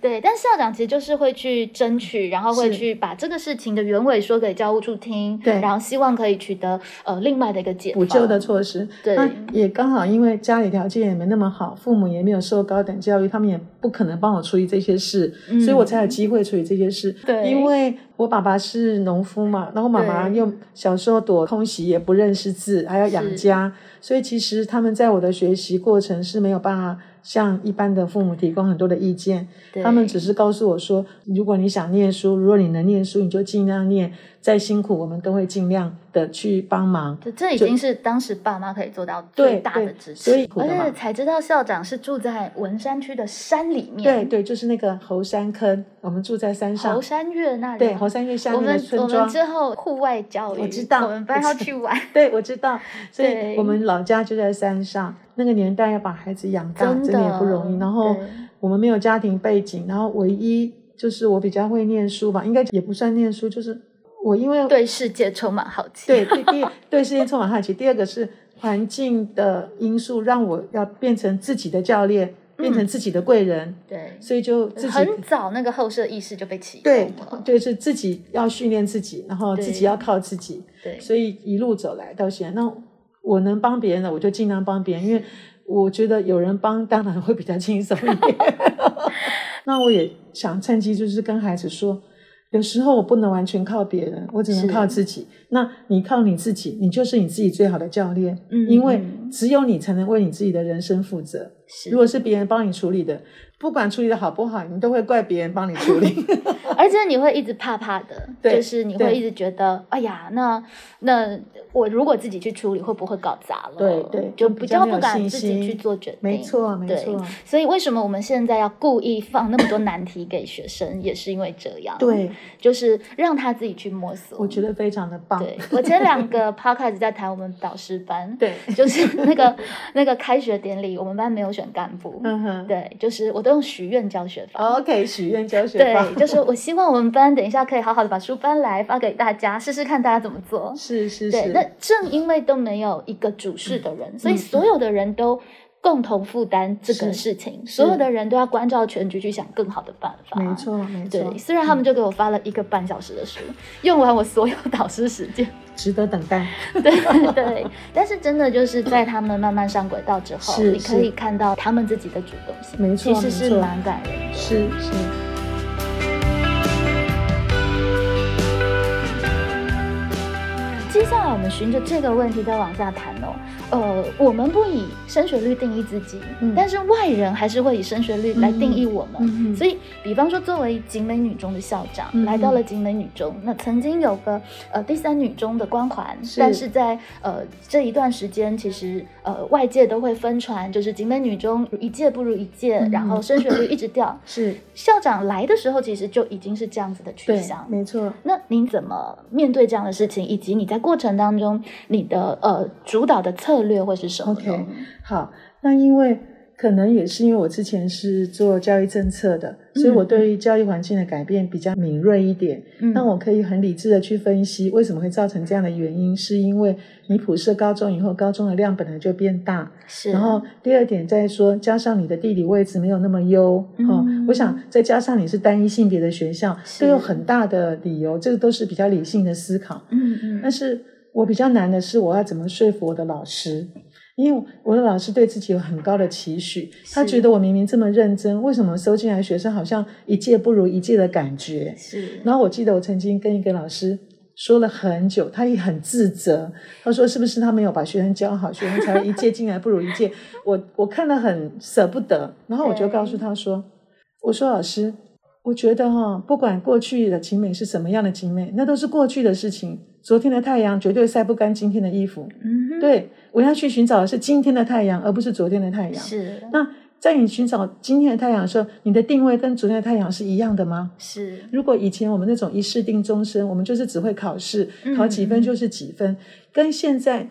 [SPEAKER 2] 对，但校长其实就是会去争取，然后会
[SPEAKER 1] 是
[SPEAKER 2] 去把这个事情的原委说给教务处听，
[SPEAKER 1] 对
[SPEAKER 2] 然后希望可以取得呃另外的一个解
[SPEAKER 1] 补救的
[SPEAKER 2] 方
[SPEAKER 1] 措施。
[SPEAKER 2] 对
[SPEAKER 1] 那也刚好因为家里条件也没那么好，父母也没有受高等教育，他们也不可能帮我处理这些事，
[SPEAKER 2] 嗯
[SPEAKER 1] 所以我才有机会处理这些事。
[SPEAKER 2] 对
[SPEAKER 1] 因为我爸爸是农夫嘛，然后妈妈
[SPEAKER 2] 对
[SPEAKER 1] 又小时候躲空袭，也不认识字，还要养
[SPEAKER 2] 是
[SPEAKER 1] 家，所以其实他们在我的学习过程是没有办法。向一般的父母提供很多的意见，
[SPEAKER 2] 对
[SPEAKER 1] 他们只是告诉我说，如果你想念书，如果你能念书，你就尽量念，再辛苦我们都会尽量的去帮忙。
[SPEAKER 2] 对，这已经是当时爸妈可以做到
[SPEAKER 1] 对
[SPEAKER 2] 最大的
[SPEAKER 1] 对
[SPEAKER 2] 支持，
[SPEAKER 1] 所以苦
[SPEAKER 2] 而
[SPEAKER 1] 的嘛
[SPEAKER 2] 且才知道校长是住在文山区的山里
[SPEAKER 1] 对
[SPEAKER 2] 面，
[SPEAKER 1] 对，就是那个猴山坑，我们住在山上
[SPEAKER 2] 猴，山月那里。
[SPEAKER 1] 对猴山月下
[SPEAKER 2] 我
[SPEAKER 1] 面的
[SPEAKER 2] 们我
[SPEAKER 1] 村
[SPEAKER 2] 们
[SPEAKER 1] 庄。
[SPEAKER 2] 之后户外教育，
[SPEAKER 1] 我知道
[SPEAKER 2] 我们班要
[SPEAKER 1] 我知
[SPEAKER 2] 去玩，
[SPEAKER 1] 对，我知道，所
[SPEAKER 2] 对
[SPEAKER 1] 以我们老家就在山上。那个年代要把孩子养大，
[SPEAKER 2] 真
[SPEAKER 1] 真
[SPEAKER 2] 的
[SPEAKER 1] 的也不容易。然后
[SPEAKER 2] 对
[SPEAKER 1] 我们没有家庭背景，然后唯一就是我比较会念书吧，应该也不算念书，就是我因为
[SPEAKER 2] 对世界充满好奇。
[SPEAKER 1] 对第第对世界充满好奇，第二个是环境的因素让我要变成自己的教练，变成自己的贵人，
[SPEAKER 2] 对，
[SPEAKER 1] 所以就自己
[SPEAKER 2] 嗯很早那个后设意识就被启动
[SPEAKER 1] 对
[SPEAKER 2] 了。，
[SPEAKER 1] 就是自己要训练自己，然后自己
[SPEAKER 2] 对
[SPEAKER 1] 要靠自己，
[SPEAKER 2] 对
[SPEAKER 1] 所以一路走来到现在，那我能帮别人的，我就尽量帮别人，因为我觉得有人帮，当然会比较轻松一点。 那我也想趁机就是跟孩子说，有时候我不能完全靠别人，我只能
[SPEAKER 2] 是
[SPEAKER 1] 靠自己。那你靠你自己，你就是你自己最好的教练，
[SPEAKER 2] 嗯
[SPEAKER 1] 因为
[SPEAKER 2] 嗯
[SPEAKER 1] 只有你才能为你自己的人生负责。
[SPEAKER 2] 是
[SPEAKER 1] 如果是别人帮你处理的，不管处理的好不好，你都会怪别人帮你处理。
[SPEAKER 2] 而且你会一直怕怕的，
[SPEAKER 1] 对
[SPEAKER 2] 就是你会
[SPEAKER 1] 对
[SPEAKER 2] 一直觉得，哎呀，那那我如果自己去处理，会不会搞砸了？
[SPEAKER 1] 对对
[SPEAKER 2] 就
[SPEAKER 1] 就
[SPEAKER 2] 比
[SPEAKER 1] 比较
[SPEAKER 2] 较
[SPEAKER 1] 没
[SPEAKER 2] 不
[SPEAKER 1] 有
[SPEAKER 2] 敢
[SPEAKER 1] 信
[SPEAKER 2] 自己
[SPEAKER 1] 心
[SPEAKER 2] 去做决定。
[SPEAKER 1] 没错，没
[SPEAKER 2] 对
[SPEAKER 1] 错。
[SPEAKER 2] 所以为什么我们现在要故意放那么多难题给学生，也是因为这样。，
[SPEAKER 1] 对，
[SPEAKER 2] 就是让他自己去摸索。
[SPEAKER 1] 我觉得非常的棒。
[SPEAKER 2] 对我前两 个 podcast 在谈我们导师班，
[SPEAKER 1] 对，
[SPEAKER 2] 就是那个 那个开学典礼，我们班没有选干部，
[SPEAKER 1] 嗯哼，哦
[SPEAKER 2] 对，就是我都用许愿教学法。
[SPEAKER 1] ，OK，许愿教学法
[SPEAKER 2] 对，就是我希望我们班等一下可以好好的把书搬来发给大家，试试看大家怎么 做。
[SPEAKER 1] 是是
[SPEAKER 2] 对，那
[SPEAKER 1] 是，
[SPEAKER 2] 正因为都没有一个主事的人，所以所有的人都共同负担这个
[SPEAKER 1] 嗯是
[SPEAKER 2] 事情，
[SPEAKER 1] 是
[SPEAKER 2] 所有的人都要关照全局去想更好的办法。
[SPEAKER 1] 没。错没错嗯
[SPEAKER 2] 对，，虽然他们就给我发了一个半小时的书，用完我所有导师时间，
[SPEAKER 1] 值得等待。
[SPEAKER 2] 对对，但是真的就是在他们慢慢上轨道之后，
[SPEAKER 1] 是
[SPEAKER 2] 你可
[SPEAKER 1] 是
[SPEAKER 2] 以看到他们自己的主动性，
[SPEAKER 1] 没错
[SPEAKER 2] 其实
[SPEAKER 1] 没
[SPEAKER 2] 是
[SPEAKER 1] 错
[SPEAKER 2] 蛮感人的。
[SPEAKER 1] 是是，
[SPEAKER 2] 接下来我们循着这个问题再往下谈哦。呃，我们不以升学率定义自己，
[SPEAKER 1] 嗯
[SPEAKER 2] 但是外人还是会以升学率来定义我们。
[SPEAKER 1] 嗯嗯
[SPEAKER 2] 所以，比方说，作为景美女中的校长，
[SPEAKER 1] 嗯
[SPEAKER 2] 来到了景美女中，那曾经有个呃第三女中的光环，
[SPEAKER 1] 是
[SPEAKER 2] 但是在呃这一段时间，其实呃外界都会疯传，就是景美女中一届不如一届，
[SPEAKER 1] 嗯。
[SPEAKER 2] 然后升学率一直掉
[SPEAKER 1] 是
[SPEAKER 2] 校长来的时候，其实就已经是这样子的趋
[SPEAKER 1] 对
[SPEAKER 2] 向，。
[SPEAKER 1] 没错。
[SPEAKER 2] 那您怎么面对这样的事情，以及你在过程当中你的呃主导的策略会是什么呢
[SPEAKER 1] OK 好，那因为可能也是因为我之前是做教育政策的，所以我对于教育环境的改变比较敏锐一点。
[SPEAKER 2] 嗯
[SPEAKER 1] 那我可以很理智的去分析为什么会造成这样的原因，是因为你普设高中以后，高中的量本来就变大，
[SPEAKER 2] 是，
[SPEAKER 1] 然后第二点再说，加上你的地理位置没有那么优，哦
[SPEAKER 2] 嗯，
[SPEAKER 1] 我想再加上你是单一性别的学校，
[SPEAKER 2] 是
[SPEAKER 1] 都有很大的理由，这个都是比较理性的思考。
[SPEAKER 2] 嗯嗯，
[SPEAKER 1] 但是我比较难的是，我要怎么说服我的老师？因为我的老师对自己有很高的期许，他
[SPEAKER 2] 是
[SPEAKER 1] 觉得我明明这么认真，为什么收进来学生好像一届不如一届的感觉？
[SPEAKER 2] 是，
[SPEAKER 1] 然后我记得我曾经跟一个老师说了很久，他也很自责，他说是不是他没有把学生教好，学生才会一届进来不如一届。我我看了很舍不得，然后我就
[SPEAKER 2] 对
[SPEAKER 1] 告诉他说，我说老师，我觉得哈、不管过去的景美是什么样的景美，那都是过去的事情。昨天的太阳绝对晒不干今天的衣服。
[SPEAKER 2] 嗯哼，
[SPEAKER 1] 对我要去寻找的是今天的太阳，而不是昨天的太阳。
[SPEAKER 2] 是
[SPEAKER 1] 那在你寻找今天的太阳的时候，你的定位跟昨天的太阳是一样的吗？
[SPEAKER 2] 是，
[SPEAKER 1] 如果以前我们那种一试定终身，我们就是只会考试
[SPEAKER 2] 嗯，
[SPEAKER 1] 考几分就是几分，跟现在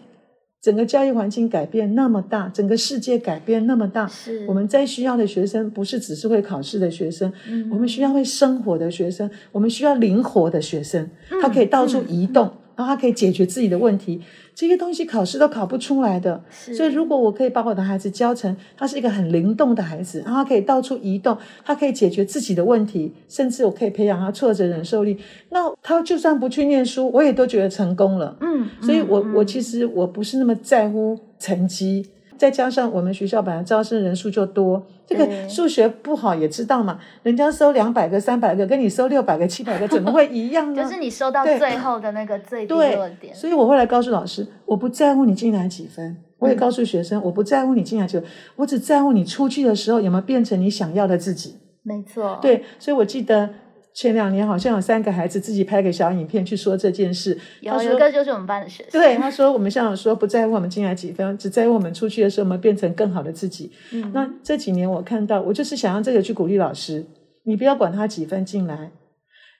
[SPEAKER 1] 整个教育环境改变那么大，整个世界改变那么大，
[SPEAKER 2] 是
[SPEAKER 1] 我们在需要的学生不是只是会考试的学生，
[SPEAKER 2] 嗯
[SPEAKER 1] 我们需要会生活的学生，我们需要灵活的学生，
[SPEAKER 2] 嗯
[SPEAKER 1] 他可以到处移动。然后他可以解决自己的问题，这些东西考试都考不出来的。
[SPEAKER 2] 是
[SPEAKER 1] 所以，如果我可以把我的孩子教成他是一个很灵动的孩子，然后他可以到处移动，他可以解决自己的问题，甚至我可以培养他挫折忍受力，那他就算不去念书，我也都觉得成功了。
[SPEAKER 2] 嗯，
[SPEAKER 1] 所以
[SPEAKER 2] 嗯
[SPEAKER 1] 我我
[SPEAKER 2] 嗯
[SPEAKER 1] 其实我不是那么在乎成绩，再加上我们学校本来招生人数就多，这
[SPEAKER 2] 对
[SPEAKER 1] 个数学不好也知道嘛，人家收两百个、三百个，跟你收六百个、七百个，怎么会一样呢？
[SPEAKER 2] 就是你收到
[SPEAKER 1] 对
[SPEAKER 2] 最后的那个最低
[SPEAKER 1] 对
[SPEAKER 2] 落点，
[SPEAKER 1] 所以我后来告诉老师，我不在乎你进来几分，我也
[SPEAKER 2] 嗯
[SPEAKER 1] 告诉学生，我不在乎你进来几分，我只在乎你出去的时候有没有变成你想要的自己。
[SPEAKER 2] 没错，，
[SPEAKER 1] 对，所以我记得前两年好像有三个孩子自己拍个小影片去说这件事，他
[SPEAKER 2] 有
[SPEAKER 1] 说
[SPEAKER 2] 有一个就是我们班的学生，
[SPEAKER 1] 对，他说我们校长说不在乎我们进来几分，只在乎我们出去的时候，我们变成更好的自己。
[SPEAKER 2] 嗯
[SPEAKER 1] 那这几年我看到，我就是想要这个去鼓励老师，你不要管他几分进来，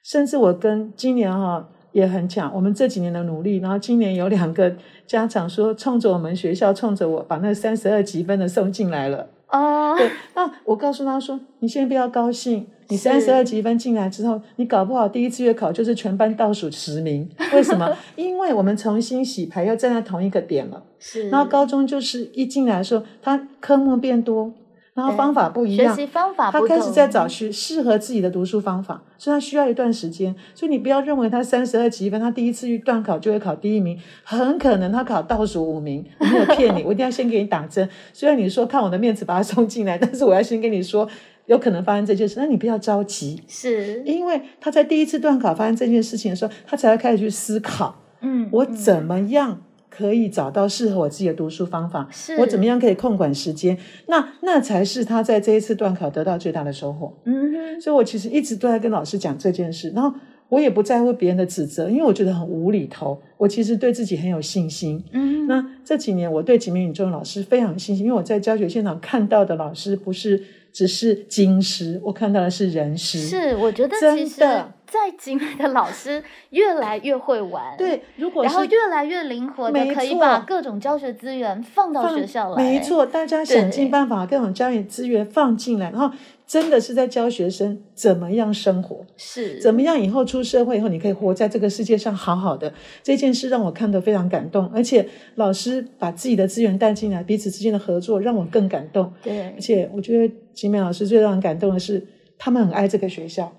[SPEAKER 1] 甚至我跟今年哈、也很巧，我们这几年的努力，然后今年有两个家长说冲着我们学校，冲着我把那三十二几分的送进来了。
[SPEAKER 2] 哦，
[SPEAKER 1] 对，那我告诉他说，你先不要高兴，你
[SPEAKER 2] 是
[SPEAKER 1] 三十二积分进来之后，你搞不好第一次月考就是全班倒数十名。为什么？ 因为我们重新洗牌，要站在同一个点了。
[SPEAKER 2] 是，
[SPEAKER 1] 然后高中就是一进来的时候，他科目变多，然后
[SPEAKER 2] 对
[SPEAKER 1] 方法不一
[SPEAKER 2] 学
[SPEAKER 1] 样，
[SPEAKER 2] 习方法
[SPEAKER 1] 他
[SPEAKER 2] 不
[SPEAKER 1] 开始
[SPEAKER 2] 同嗯
[SPEAKER 1] 在找学适合自己的读书方法，所以他需要一段时间。所以你不要认为他三十二积分，他第一次去段考就会考第一名，很可能他考倒数五名。我没有 骗你，我一定要先给你打针。虽然你说看我的面子把他送进来，但是我要先跟你说，有可能发生这件事，那你不要着急，
[SPEAKER 2] 是，
[SPEAKER 1] 因为他在第一次段考发生这件事情的时候，他才会开始去思考。
[SPEAKER 2] 嗯，
[SPEAKER 1] 我
[SPEAKER 2] 嗯
[SPEAKER 1] 怎么样可以找到适合我自己的读书方法？
[SPEAKER 2] 是
[SPEAKER 1] 我怎么样可以控管时间？那那才是他在这一次段考得到最大的收获。
[SPEAKER 2] 嗯哼，
[SPEAKER 1] 所以我其实一直都在跟老师讲这件事，然后我也不在乎别人的指责，因为我觉得很无厘头。我其实对自己很有信心。
[SPEAKER 2] 嗯哼，
[SPEAKER 1] 那这几年我对景明宇中的老师非常有信心，因为我在教学现场看到的老师不是只是经师，我看到的是人师。
[SPEAKER 2] 是，我觉得
[SPEAKER 1] 嗯真
[SPEAKER 2] 其实，
[SPEAKER 1] 的
[SPEAKER 2] 在景美的老师越来越会玩，，
[SPEAKER 1] 对，如果
[SPEAKER 2] 然后
[SPEAKER 1] 是
[SPEAKER 2] 越来越灵活的，
[SPEAKER 1] 没
[SPEAKER 2] 可以
[SPEAKER 1] 错
[SPEAKER 2] 把各种教学资源放到
[SPEAKER 1] 放
[SPEAKER 2] 学校来，
[SPEAKER 1] 没，错，大家想
[SPEAKER 2] 对
[SPEAKER 1] 尽办法各种教育资源放进来，然后真的是在教学生怎么样生活，
[SPEAKER 2] 是，
[SPEAKER 1] 怎么样以后出社会以后你可以活在这个世界上好好的。这件事让我看得非常感动，而且老师把自己的资源带进来，彼此之间的合作让我更感动。
[SPEAKER 2] 对
[SPEAKER 1] 而，且我觉得吉美老师最让人感动的是，他们很爱这个学校。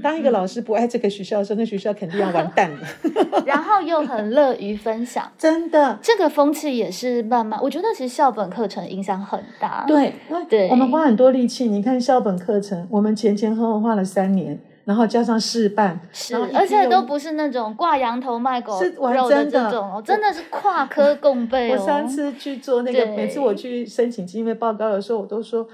[SPEAKER 1] 当一个老师不爱这个学校的时候，那学校肯定要完蛋了。
[SPEAKER 2] 然后又很乐于分享，
[SPEAKER 1] 真的，
[SPEAKER 2] 这个风气也是慢慢，我觉得其实校本课程影响很大，，
[SPEAKER 1] 对，
[SPEAKER 2] 对
[SPEAKER 1] 我们花很多力气。你看校本课程，我们前前后后花了三年，然后加上示范，
[SPEAKER 2] 是
[SPEAKER 1] 然后一，
[SPEAKER 2] 而且
[SPEAKER 1] 批
[SPEAKER 2] 都
[SPEAKER 1] 有
[SPEAKER 2] 不是那种挂羊头卖狗
[SPEAKER 1] 是玩
[SPEAKER 2] 肉
[SPEAKER 1] 真
[SPEAKER 2] 这
[SPEAKER 1] 的
[SPEAKER 2] 种哦，真的是跨科共备
[SPEAKER 1] 我
[SPEAKER 2] 哦。
[SPEAKER 1] 上次去做那个，每次我
[SPEAKER 2] 对
[SPEAKER 1] 去申请经费报告的时候，我都说。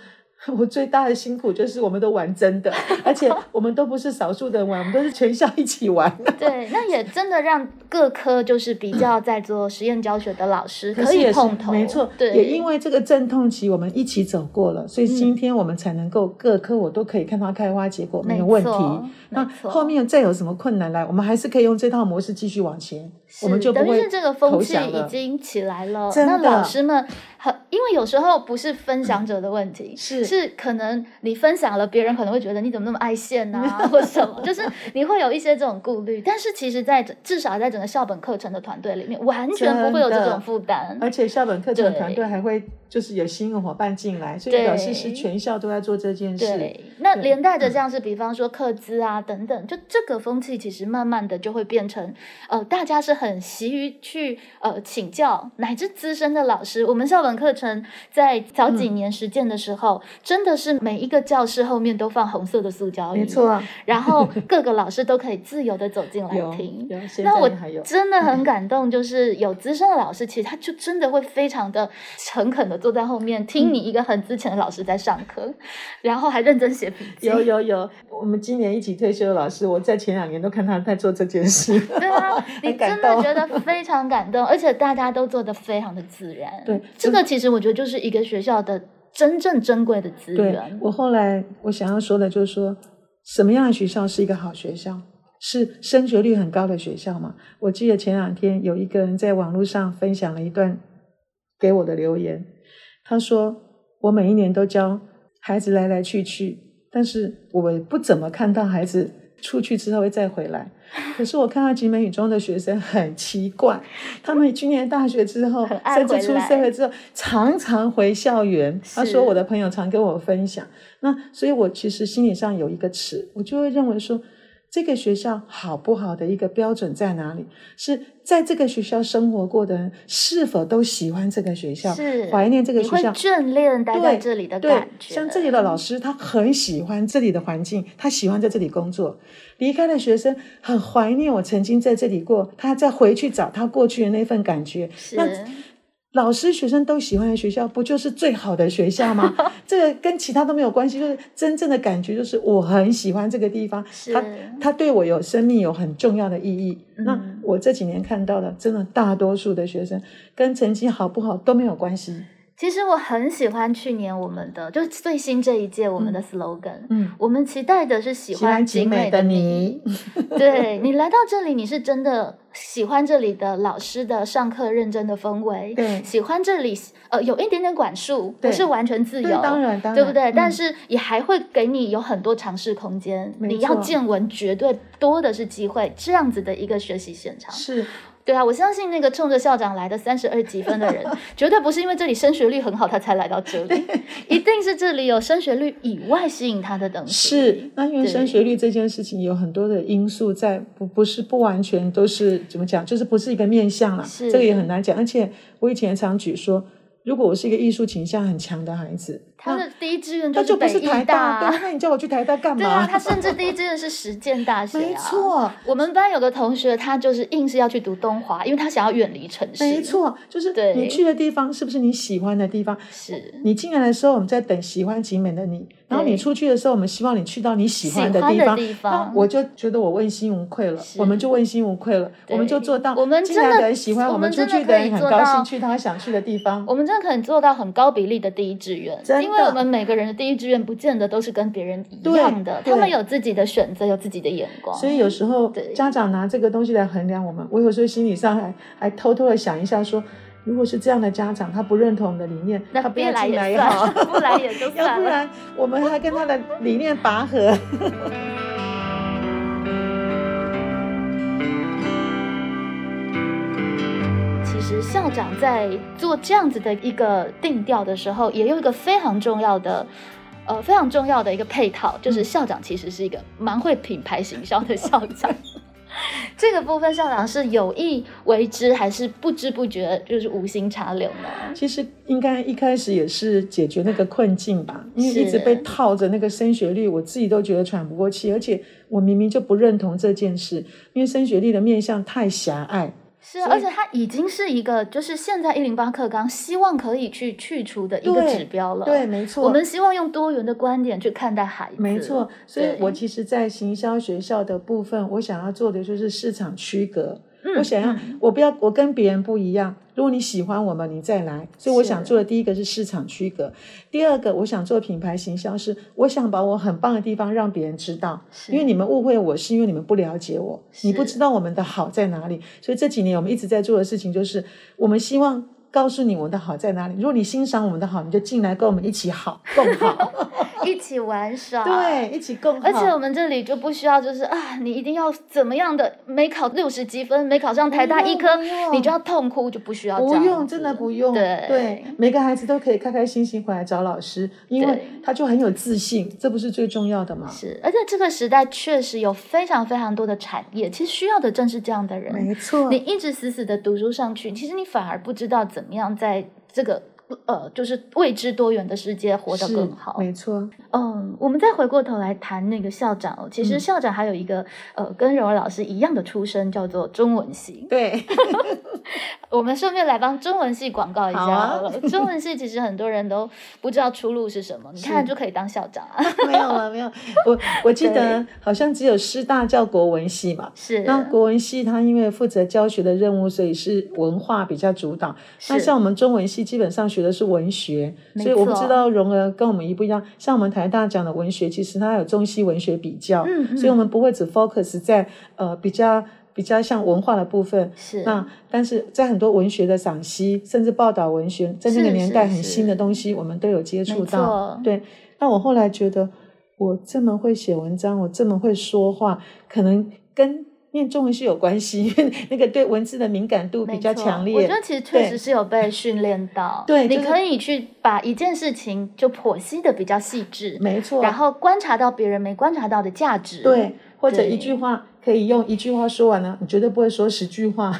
[SPEAKER 1] 我最大的辛苦就是我们都玩真的，而且我们都不是少数的人玩，我们都是全校一起玩。
[SPEAKER 2] 对，那也真的让各科就是比较在做实验教学的老师
[SPEAKER 1] 嗯可是也是
[SPEAKER 2] 以碰头，
[SPEAKER 1] 没错。
[SPEAKER 2] 对，嗯
[SPEAKER 1] 也因为这个阵痛期我们一起走过了，所以今天我们才能够各科我都可以看到开花结果，没有问
[SPEAKER 2] 错
[SPEAKER 1] 题。那
[SPEAKER 2] 没错
[SPEAKER 1] 后面再有什么困难来，我们还是可以用这套模式继续往前，我们
[SPEAKER 2] 是
[SPEAKER 1] 就不
[SPEAKER 2] 等于
[SPEAKER 1] 会
[SPEAKER 2] 是这个风
[SPEAKER 1] 投
[SPEAKER 2] 气
[SPEAKER 1] 降
[SPEAKER 2] 已
[SPEAKER 1] 了
[SPEAKER 2] 经起来了。
[SPEAKER 1] 真
[SPEAKER 2] 那
[SPEAKER 1] 的
[SPEAKER 2] 老师们很，因为有时候不是分享者的问题，
[SPEAKER 1] 嗯是
[SPEAKER 2] 是可能你分享了，别人可能会觉得你怎么那么爱现呐、或什么，就是你会有一些这种顾虑。但是其实在整，至少在整个校本课程的团队里面，完全不会有这
[SPEAKER 1] 真的
[SPEAKER 2] 种负担。
[SPEAKER 1] 而且校本课程的
[SPEAKER 2] 对
[SPEAKER 1] 团队还会就是有新的伙伴进来，所以表示是
[SPEAKER 2] 对
[SPEAKER 1] 全校都在做这件事。
[SPEAKER 2] 对，那
[SPEAKER 1] 对嗯
[SPEAKER 2] 连带着像是比方说课资啊等等，就这个风气其实慢慢的就会变成，呃，大家是很习于去呃请教乃至资深的老师。我们校本课程在早
[SPEAKER 1] 嗯
[SPEAKER 2] 几年实践的时候，真的是每一个教室后面都放红色的塑胶椅，
[SPEAKER 1] 没，错，
[SPEAKER 2] 然后各个老师都可以自由的走进来
[SPEAKER 1] 有
[SPEAKER 2] 听。
[SPEAKER 1] 有，现
[SPEAKER 2] 那我
[SPEAKER 1] 在还有。
[SPEAKER 2] 真 的很感动，就是有资深的老师，其实他就真的会非常的诚恳的坐在后面听
[SPEAKER 1] 嗯
[SPEAKER 2] 你一个很之前的老师在上课，然后还认真写笔记。
[SPEAKER 1] 有有有，我们今年一起退休的老师，我在前两年都看他在做这件事。
[SPEAKER 2] 对 啊，你
[SPEAKER 1] 很感
[SPEAKER 2] 真的
[SPEAKER 1] 动
[SPEAKER 2] 觉得 非常感动，而且大家都做的非常的自然。
[SPEAKER 1] 对
[SPEAKER 2] 这个其实我觉得就是一个学校的真正珍贵的资
[SPEAKER 1] 对
[SPEAKER 2] 源。
[SPEAKER 1] 我后来我想要说的就是说，什么样的学校是一个好学校？是升学率很高的学校嘛？我记得前两天有一个人在网络上分享了一段给我的留言，他说：“我每一年都教孩子来来去去，但是我不怎么看到孩子出去之后会再回 来。可是我看到集美女中的学生很奇怪，他们去念大学之后，
[SPEAKER 2] 很爱
[SPEAKER 1] 甚至
[SPEAKER 2] 回
[SPEAKER 1] 出
[SPEAKER 2] 来
[SPEAKER 1] 社会之后，常常回校园。他
[SPEAKER 2] 是
[SPEAKER 1] 说我的朋友常跟我分享，那所以我其实心理上有一个尺，我就会认为说。这个学校好不好的一个标准在哪里？是在这个学校生活过的人是否都喜欢这个学校，
[SPEAKER 2] 是
[SPEAKER 1] 怀念这个
[SPEAKER 2] 你
[SPEAKER 1] 学
[SPEAKER 2] 会
[SPEAKER 1] 校，
[SPEAKER 2] 眷恋待在这里的
[SPEAKER 1] 对
[SPEAKER 2] 感，觉。
[SPEAKER 1] 像这里的老师，他很喜欢这里的环境，他喜欢在这里工作。离开的学生很怀念我曾经在这里过，他再回去找他过去的那份感觉。
[SPEAKER 2] 是
[SPEAKER 1] 那老师、学生都喜欢的学校，不就是最好的学校 吗？这个跟其他都没有关系，就是真正的感觉，就是我很喜欢这个地方，
[SPEAKER 2] 是
[SPEAKER 1] 它它对我有生命有很重要的意义。那
[SPEAKER 2] 嗯
[SPEAKER 1] 我这几年看到的，真的大多数的学生跟成绩好不好都没有关系。
[SPEAKER 2] 其实我很喜欢去年我们的，就是最新这一届我们的 slogan，
[SPEAKER 1] 嗯，
[SPEAKER 2] 我们期待的是喜
[SPEAKER 1] 喜欢
[SPEAKER 2] 欢
[SPEAKER 1] 景
[SPEAKER 2] 景美
[SPEAKER 1] 美的
[SPEAKER 2] 你。
[SPEAKER 1] 你。
[SPEAKER 2] 对你来到这里，你是真的喜欢这里的老师的上课认真的氛围，
[SPEAKER 1] 对
[SPEAKER 2] 喜欢这里呃有一点点管束，不
[SPEAKER 1] 对
[SPEAKER 2] 是完全自
[SPEAKER 1] 对
[SPEAKER 2] 由，
[SPEAKER 1] 当然当然，
[SPEAKER 2] 对不对？但
[SPEAKER 1] 嗯
[SPEAKER 2] 是也还会给你有很多尝试空间，
[SPEAKER 1] 没
[SPEAKER 2] 你要
[SPEAKER 1] 错
[SPEAKER 2] 见闻绝对多的是机会，这样子的一个学习现场。
[SPEAKER 1] 是
[SPEAKER 2] 对啊，我相信那个冲着校长来的三十二几分的 人，绝对不是因为这里升学率很好他才来到这里，一定是这里有升学率以外吸引他的东西。
[SPEAKER 1] 是，那因为
[SPEAKER 2] 对
[SPEAKER 1] 升学率这件事情有很多的因素在，不不是不完全都是怎么讲，就是不是一个面向啦，
[SPEAKER 2] 是
[SPEAKER 1] 这个也很难讲。而且我以前常举说，如果我是一个艺术倾向很强的孩子，
[SPEAKER 2] 他
[SPEAKER 1] 那
[SPEAKER 2] 的第一志愿
[SPEAKER 1] 那就不
[SPEAKER 2] 北
[SPEAKER 1] 是
[SPEAKER 2] 艺
[SPEAKER 1] 台
[SPEAKER 2] 大
[SPEAKER 1] 对啊，那你叫我去台大干
[SPEAKER 2] 对
[SPEAKER 1] 嘛？
[SPEAKER 2] 啊，他甚至第一志愿是实践大学、啊。
[SPEAKER 1] 没，错，
[SPEAKER 2] 我们班有个同学，他就是硬是要去读东华，因为他想要远离城市。
[SPEAKER 1] 没，错，就是
[SPEAKER 2] 对
[SPEAKER 1] 你去的地方是不是你喜欢的地方？
[SPEAKER 2] 是
[SPEAKER 1] 你进来的时候，我们在等喜欢景美的你；然后
[SPEAKER 2] 对
[SPEAKER 1] 你出去的时候，我们希望你去到你喜欢的
[SPEAKER 2] 喜欢
[SPEAKER 1] 地
[SPEAKER 2] 的
[SPEAKER 1] 方。
[SPEAKER 2] 地方
[SPEAKER 1] 那啊我就觉得我问心无愧了，
[SPEAKER 2] 是
[SPEAKER 1] 我们就问心无愧了，
[SPEAKER 2] 对
[SPEAKER 1] 我们就做到。
[SPEAKER 2] 我们真
[SPEAKER 1] 进
[SPEAKER 2] 的
[SPEAKER 1] 来的人喜欢，
[SPEAKER 2] 我
[SPEAKER 1] 我
[SPEAKER 2] 们
[SPEAKER 1] 们出
[SPEAKER 2] 真的
[SPEAKER 1] 去的
[SPEAKER 2] 可以
[SPEAKER 1] 人很
[SPEAKER 2] 做
[SPEAKER 1] 高
[SPEAKER 2] 到哦
[SPEAKER 1] 兴去他想去的地方。
[SPEAKER 2] 我们真的可能做到很高比例的第一志愿，
[SPEAKER 1] 真的
[SPEAKER 2] 因为我们每个人的第一志愿不见得都是跟别人一样的，
[SPEAKER 1] 对
[SPEAKER 2] 他们
[SPEAKER 1] 对
[SPEAKER 2] 有自己的选择，有自己的眼光。
[SPEAKER 1] 所以有时候
[SPEAKER 2] 对
[SPEAKER 1] 家长拿这个东西来衡量我们，我有时候心理上还还偷偷的想一下说，如果是这样的家长，他不认同我们的理念，
[SPEAKER 2] 那
[SPEAKER 1] 他啊不
[SPEAKER 2] 别
[SPEAKER 1] 要
[SPEAKER 2] 来
[SPEAKER 1] 进来
[SPEAKER 2] 也
[SPEAKER 1] 也
[SPEAKER 2] 算
[SPEAKER 1] 好
[SPEAKER 2] 了，，不来也 就
[SPEAKER 1] 要
[SPEAKER 2] 算
[SPEAKER 1] 不
[SPEAKER 2] 了。
[SPEAKER 1] 然我们还跟他的理念拔河。
[SPEAKER 2] 其实校长在做这样子的一个定调的时候，也有一个非常重要的。呃，
[SPEAKER 1] 嗯
[SPEAKER 2] 非常重要的一个配套就是校长其实是一个蛮会品牌行销的校长， 这个部分校长是有意为之，还是不知不觉就是无心插柳呢？
[SPEAKER 1] 其实应该一开始也是解决那个困境吧，因为一直被套着那个升学率，我自己都觉得喘不过气，而且我明明就不认同这件事，因为升学率的面向太狭隘。
[SPEAKER 2] 是啊，而且它已经是一个，就是现在一零八课纲希望可以去去除的一个
[SPEAKER 1] 对
[SPEAKER 2] 指标了。
[SPEAKER 1] 对，没错，
[SPEAKER 2] 我们希望用多元的观点去看待孩子。
[SPEAKER 1] 没错，所以
[SPEAKER 2] 对
[SPEAKER 1] 我其实，在行销学校的部分，我想要做的就是市场区隔。
[SPEAKER 2] 嗯
[SPEAKER 1] 我想要
[SPEAKER 2] 嗯，
[SPEAKER 1] 我不要，我跟别人不一样。如果你喜欢我们，你再来。所以我
[SPEAKER 2] 是
[SPEAKER 1] 想做的第一个是市场区隔，第二个我想做品牌行销是，我想把我很棒的地方让别人知道。
[SPEAKER 2] 是
[SPEAKER 1] 因为你们误会我，是因为你们不了解我，你不
[SPEAKER 2] 是
[SPEAKER 1] 知道我们的好在哪里。所以这几年我们一直在做的事情就是，我们希望告诉你我们的好在哪里。如果你欣赏我们的好，你就进来跟我们一起好共好。
[SPEAKER 2] 一起玩耍。。
[SPEAKER 1] 对，一起共好。
[SPEAKER 2] 而且我们这里就不需要，就是啊，你一定要怎么样的，没考六十几分，没考上台大
[SPEAKER 1] 不
[SPEAKER 2] 医
[SPEAKER 1] 用
[SPEAKER 2] 科
[SPEAKER 1] 不，用
[SPEAKER 2] 你就要痛哭，就不需要这
[SPEAKER 1] 不
[SPEAKER 2] 样
[SPEAKER 1] 用，
[SPEAKER 2] 子
[SPEAKER 1] 真的不用。
[SPEAKER 2] 对
[SPEAKER 1] 每个孩子都可以开开心心回来找老师，因
[SPEAKER 2] 对
[SPEAKER 1] 为他就很有自信，这不是最重要的嘛？
[SPEAKER 2] 是，而且这个时代确实有非常非常多的产业，其实需要的正是这样的人。
[SPEAKER 1] 没错
[SPEAKER 2] 你，一直死死的读书上去，其实你反而不知道怎么样在这个呃，就是未知多元的世界活得
[SPEAKER 1] 是
[SPEAKER 2] 更好。
[SPEAKER 1] 没错，
[SPEAKER 2] 嗯，我们再回过头来谈那个校长哦，其实
[SPEAKER 1] 嗯
[SPEAKER 2] 校长还有一个、呃，跟柔儿老师一样的出身，叫做中文系。
[SPEAKER 1] 对，
[SPEAKER 2] 我们顺便来帮中文系广告一下
[SPEAKER 1] 好啊
[SPEAKER 2] 好了。中文系其实很多人都不知道出路是什么，你
[SPEAKER 1] 是
[SPEAKER 2] 看就可以当校长啊。
[SPEAKER 1] 没有了，没有。我我记得好像只有师大叫国文系嘛。
[SPEAKER 2] 是，
[SPEAKER 1] 那国文系它因为负责教学的任务，所以是文化比较主导。那
[SPEAKER 2] 是
[SPEAKER 1] 像我们中文系基本上学的是文学，
[SPEAKER 2] 没
[SPEAKER 1] 所以我不
[SPEAKER 2] 错
[SPEAKER 1] 知道荣儿跟我们一不一样。像我们台大讲的文学，其实它有中西文学比较，
[SPEAKER 2] 嗯嗯
[SPEAKER 1] 所以我们不会只 focus 在呃比较比较像文化的部分。
[SPEAKER 2] 是
[SPEAKER 1] 那但是在很多文学的赏析，甚至报道文学，在那个
[SPEAKER 2] 是
[SPEAKER 1] 年
[SPEAKER 2] 是
[SPEAKER 1] 代很
[SPEAKER 2] 是
[SPEAKER 1] 新的东西，我们都有接触
[SPEAKER 2] 没
[SPEAKER 1] 到。
[SPEAKER 2] 错，
[SPEAKER 1] 对，那我后来觉得，我这么会写文章，我这么会说话，可能跟念中文系有关系，因为那个对文字的敏感度
[SPEAKER 2] 没
[SPEAKER 1] 比较
[SPEAKER 2] 错
[SPEAKER 1] 强烈。
[SPEAKER 2] 我觉得其实确
[SPEAKER 1] 对
[SPEAKER 2] 实是有被训练 到，
[SPEAKER 1] 对就
[SPEAKER 2] 你
[SPEAKER 1] 是
[SPEAKER 2] 可以去把一件事情就剖析的比较细致，
[SPEAKER 1] 没错，
[SPEAKER 2] 然后观察到别人没观察到的价值。
[SPEAKER 1] 对，或者
[SPEAKER 2] 对
[SPEAKER 1] 一句话可以用一句话说完了，你绝对不会说十句话，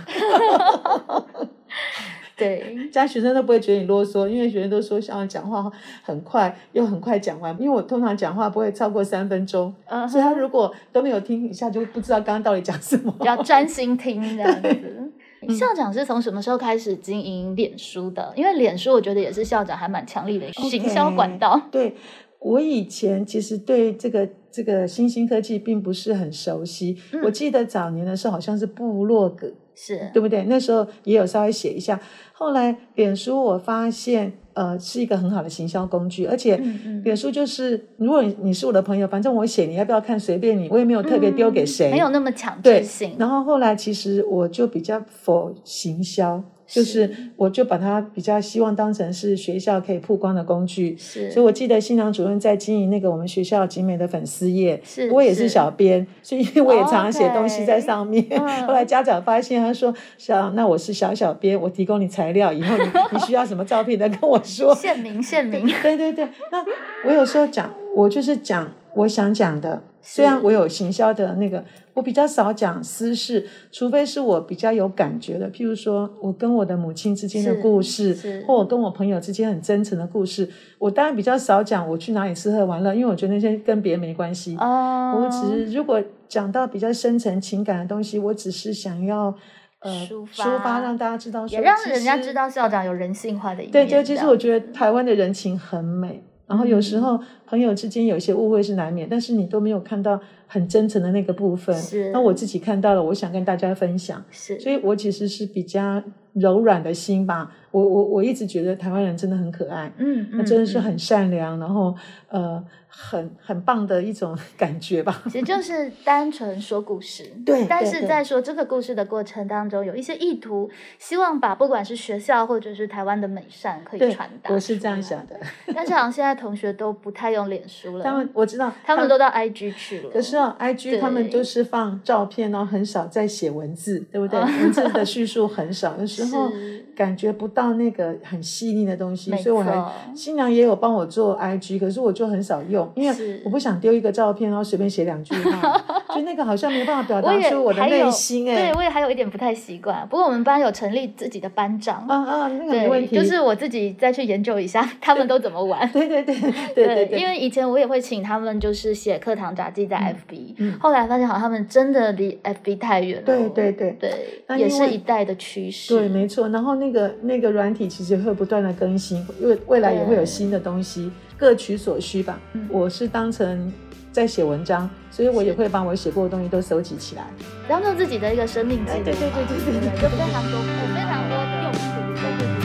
[SPEAKER 2] 对，
[SPEAKER 1] 家学生都不会觉得你啰嗦，因为学生都说想要讲话很快又很快讲完，因为我通常讲话不会超过三分钟，
[SPEAKER 2] 嗯
[SPEAKER 1] 所以他
[SPEAKER 2] 哼，
[SPEAKER 1] 如果都没有听一下，就不知道刚刚到底讲什么。
[SPEAKER 2] 比较专心听这样 子。
[SPEAKER 1] 嗯
[SPEAKER 2] 校长是从什么时候开始经营脸书的？因为脸书我觉得也是校长还蛮强力的
[SPEAKER 1] OK
[SPEAKER 2] 行销管道。
[SPEAKER 1] 对我以前其实对这个这个新兴科技并不是很熟悉。
[SPEAKER 2] 嗯
[SPEAKER 1] 我记得早年的时候好像是部落格，
[SPEAKER 2] 是，
[SPEAKER 1] 对不对？那时候也有稍微写一下。后来脸书我发现，呃，是一个很好的行销工具，而且
[SPEAKER 2] 嗯嗯
[SPEAKER 1] 脸书就是，如果你是我的朋友，反正我写，你要不要看随便你，我也没有特别丢给谁。
[SPEAKER 2] 嗯没有那么强
[SPEAKER 1] 对
[SPEAKER 2] 制性。
[SPEAKER 1] 然后后来其实我就比较否行销，就是我就把它比较希望当成是学校可以曝光的工具。
[SPEAKER 2] 是，
[SPEAKER 1] 所以我记得新郎主任在经营那个我们学校集美的粉丝页，
[SPEAKER 2] 是
[SPEAKER 1] 我也是
[SPEAKER 2] 是
[SPEAKER 1] 小编，所以我也常常写
[SPEAKER 2] OK
[SPEAKER 1] 东西在上面。
[SPEAKER 2] 嗯
[SPEAKER 1] 后来家长发现，他说：“小，那我是小小编，我提供你材料，以后你你需要什么照片，再跟我说。
[SPEAKER 2] 县民县民
[SPEAKER 1] 对”对对那我有时候讲，我就是讲我想讲的，虽
[SPEAKER 2] 是
[SPEAKER 1] 然我有行销的那个，我比较少讲私事，除非是我比较有感觉的，譬如说我跟我的母亲之间的
[SPEAKER 2] 是
[SPEAKER 1] 故事，
[SPEAKER 2] 是
[SPEAKER 1] 或我跟我朋友之间很真诚的故事，我当然比较少讲我去哪里吃喝玩乐，因为我觉得那些跟别人没关系。
[SPEAKER 2] 哦，
[SPEAKER 1] 我只是如果讲到比较深层情感的东西，我只是想要呃
[SPEAKER 2] 抒发
[SPEAKER 1] 发，让大家知道说，
[SPEAKER 2] 也让
[SPEAKER 1] 其
[SPEAKER 2] 人家
[SPEAKER 1] 实
[SPEAKER 2] 知道校长有人性化的一面。
[SPEAKER 1] 对，就其
[SPEAKER 2] 这
[SPEAKER 1] 实
[SPEAKER 2] 样
[SPEAKER 1] 我觉得台湾的人情很美，然后有时
[SPEAKER 2] 嗯
[SPEAKER 1] 候朋友之间有一些误会是难免，但是你都没有看到很真诚的那个部分。
[SPEAKER 2] 是
[SPEAKER 1] 那我自己看到了，我想跟大家分享。
[SPEAKER 2] 是
[SPEAKER 1] 所以我其实是比较柔软的心吧。我我我一直觉得台湾人真的很可爱，
[SPEAKER 2] 嗯，
[SPEAKER 1] 那真的是
[SPEAKER 2] 嗯嗯
[SPEAKER 1] 很善良，然后呃很很棒的一种 感觉吧。
[SPEAKER 2] 其实就是单纯说故事，
[SPEAKER 1] 对
[SPEAKER 2] 但
[SPEAKER 1] 对
[SPEAKER 2] 是
[SPEAKER 1] 对
[SPEAKER 2] 在说这个故事的过程当中，有一些意图，希望把不管是学校或者是台湾的美善可以
[SPEAKER 1] 对
[SPEAKER 2] 传，达。
[SPEAKER 1] 我是这样，想的。
[SPEAKER 2] 但是好像现在同学都不太用脸书了，
[SPEAKER 1] 他们我知道，
[SPEAKER 2] 他们都到 IG 去了。
[SPEAKER 1] 可是哦道 IG 他们都是放照片然后很少再写文字，对不对？
[SPEAKER 2] 哦
[SPEAKER 1] 文字的叙述很少，有时候
[SPEAKER 2] 是
[SPEAKER 1] 感觉不到那个很细腻的东西，
[SPEAKER 2] 没
[SPEAKER 1] 所以我
[SPEAKER 2] 错
[SPEAKER 1] 还新娘也有帮我做 IG，可是我就很少用，因
[SPEAKER 2] 是
[SPEAKER 1] 为我不想丢一个照片然后随便写两句 话，就那个好像没办法表
[SPEAKER 2] 我
[SPEAKER 1] 达
[SPEAKER 2] 也
[SPEAKER 1] 出我的
[SPEAKER 2] 还有
[SPEAKER 1] 内心哎、
[SPEAKER 2] 对我也还有一点不太习惯。不过我们班有成立自己的班长，
[SPEAKER 1] 啊啊，那个没问
[SPEAKER 2] 对，
[SPEAKER 1] 题，
[SPEAKER 2] 就是我自己再去研究一下 他们都怎么玩。
[SPEAKER 1] 对对对对对对，
[SPEAKER 2] 因为以前我也会请他们就是写课堂杂技在 FB，、
[SPEAKER 1] 嗯
[SPEAKER 2] 后来发现好像他们真的离 FB 太远了。
[SPEAKER 1] 对对对
[SPEAKER 2] 对
[SPEAKER 1] 那
[SPEAKER 2] 也
[SPEAKER 1] 因
[SPEAKER 2] 是
[SPEAKER 1] 为
[SPEAKER 2] 一代的趋势。
[SPEAKER 1] 对，没错。然后那个那个软体其实会不断的更新，因为未来也会有新的东西，各取所需吧。
[SPEAKER 2] 嗯
[SPEAKER 1] 我是当成在写文章，所以我也会把我写过的东西都收集起来。
[SPEAKER 2] 当做自己的一个生命记录嘛，
[SPEAKER 1] 对对对对对对
[SPEAKER 2] 对，就非常多，非常多用途的对对对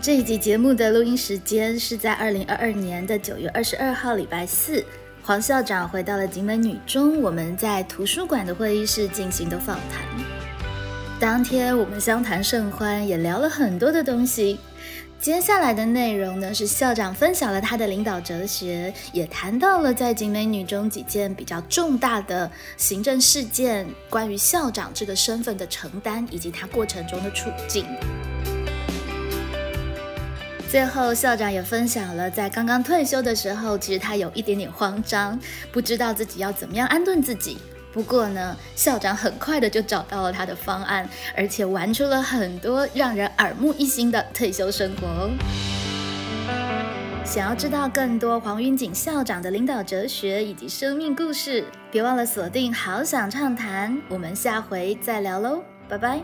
[SPEAKER 2] 这一集节目的录音时间是在二零二二年的九月二十二号礼拜四。黄校长回到了景美女中，我们在图书馆的会议室进行的访谈。当天我们相谈甚欢，也聊了很多的东西。接下来的内容呢，是校长分享了他的领导哲学，也谈到了在景美女中几件比较重大的行政事件，关于校长这个身份的承担以及他过程中的处境。最后，校长也分享了在刚刚退休的时候，其实他有一点点慌张，不知道自己要怎么样安顿自己。不过呢，校长很快的就找到了他的方案，而且玩出了很多让人耳目一新的退休生活哦。想要知道更多黄云锦校长的领导哲学以及生命故事，别忘了锁定《好想畅谈》，我们下回再聊喽，拜拜。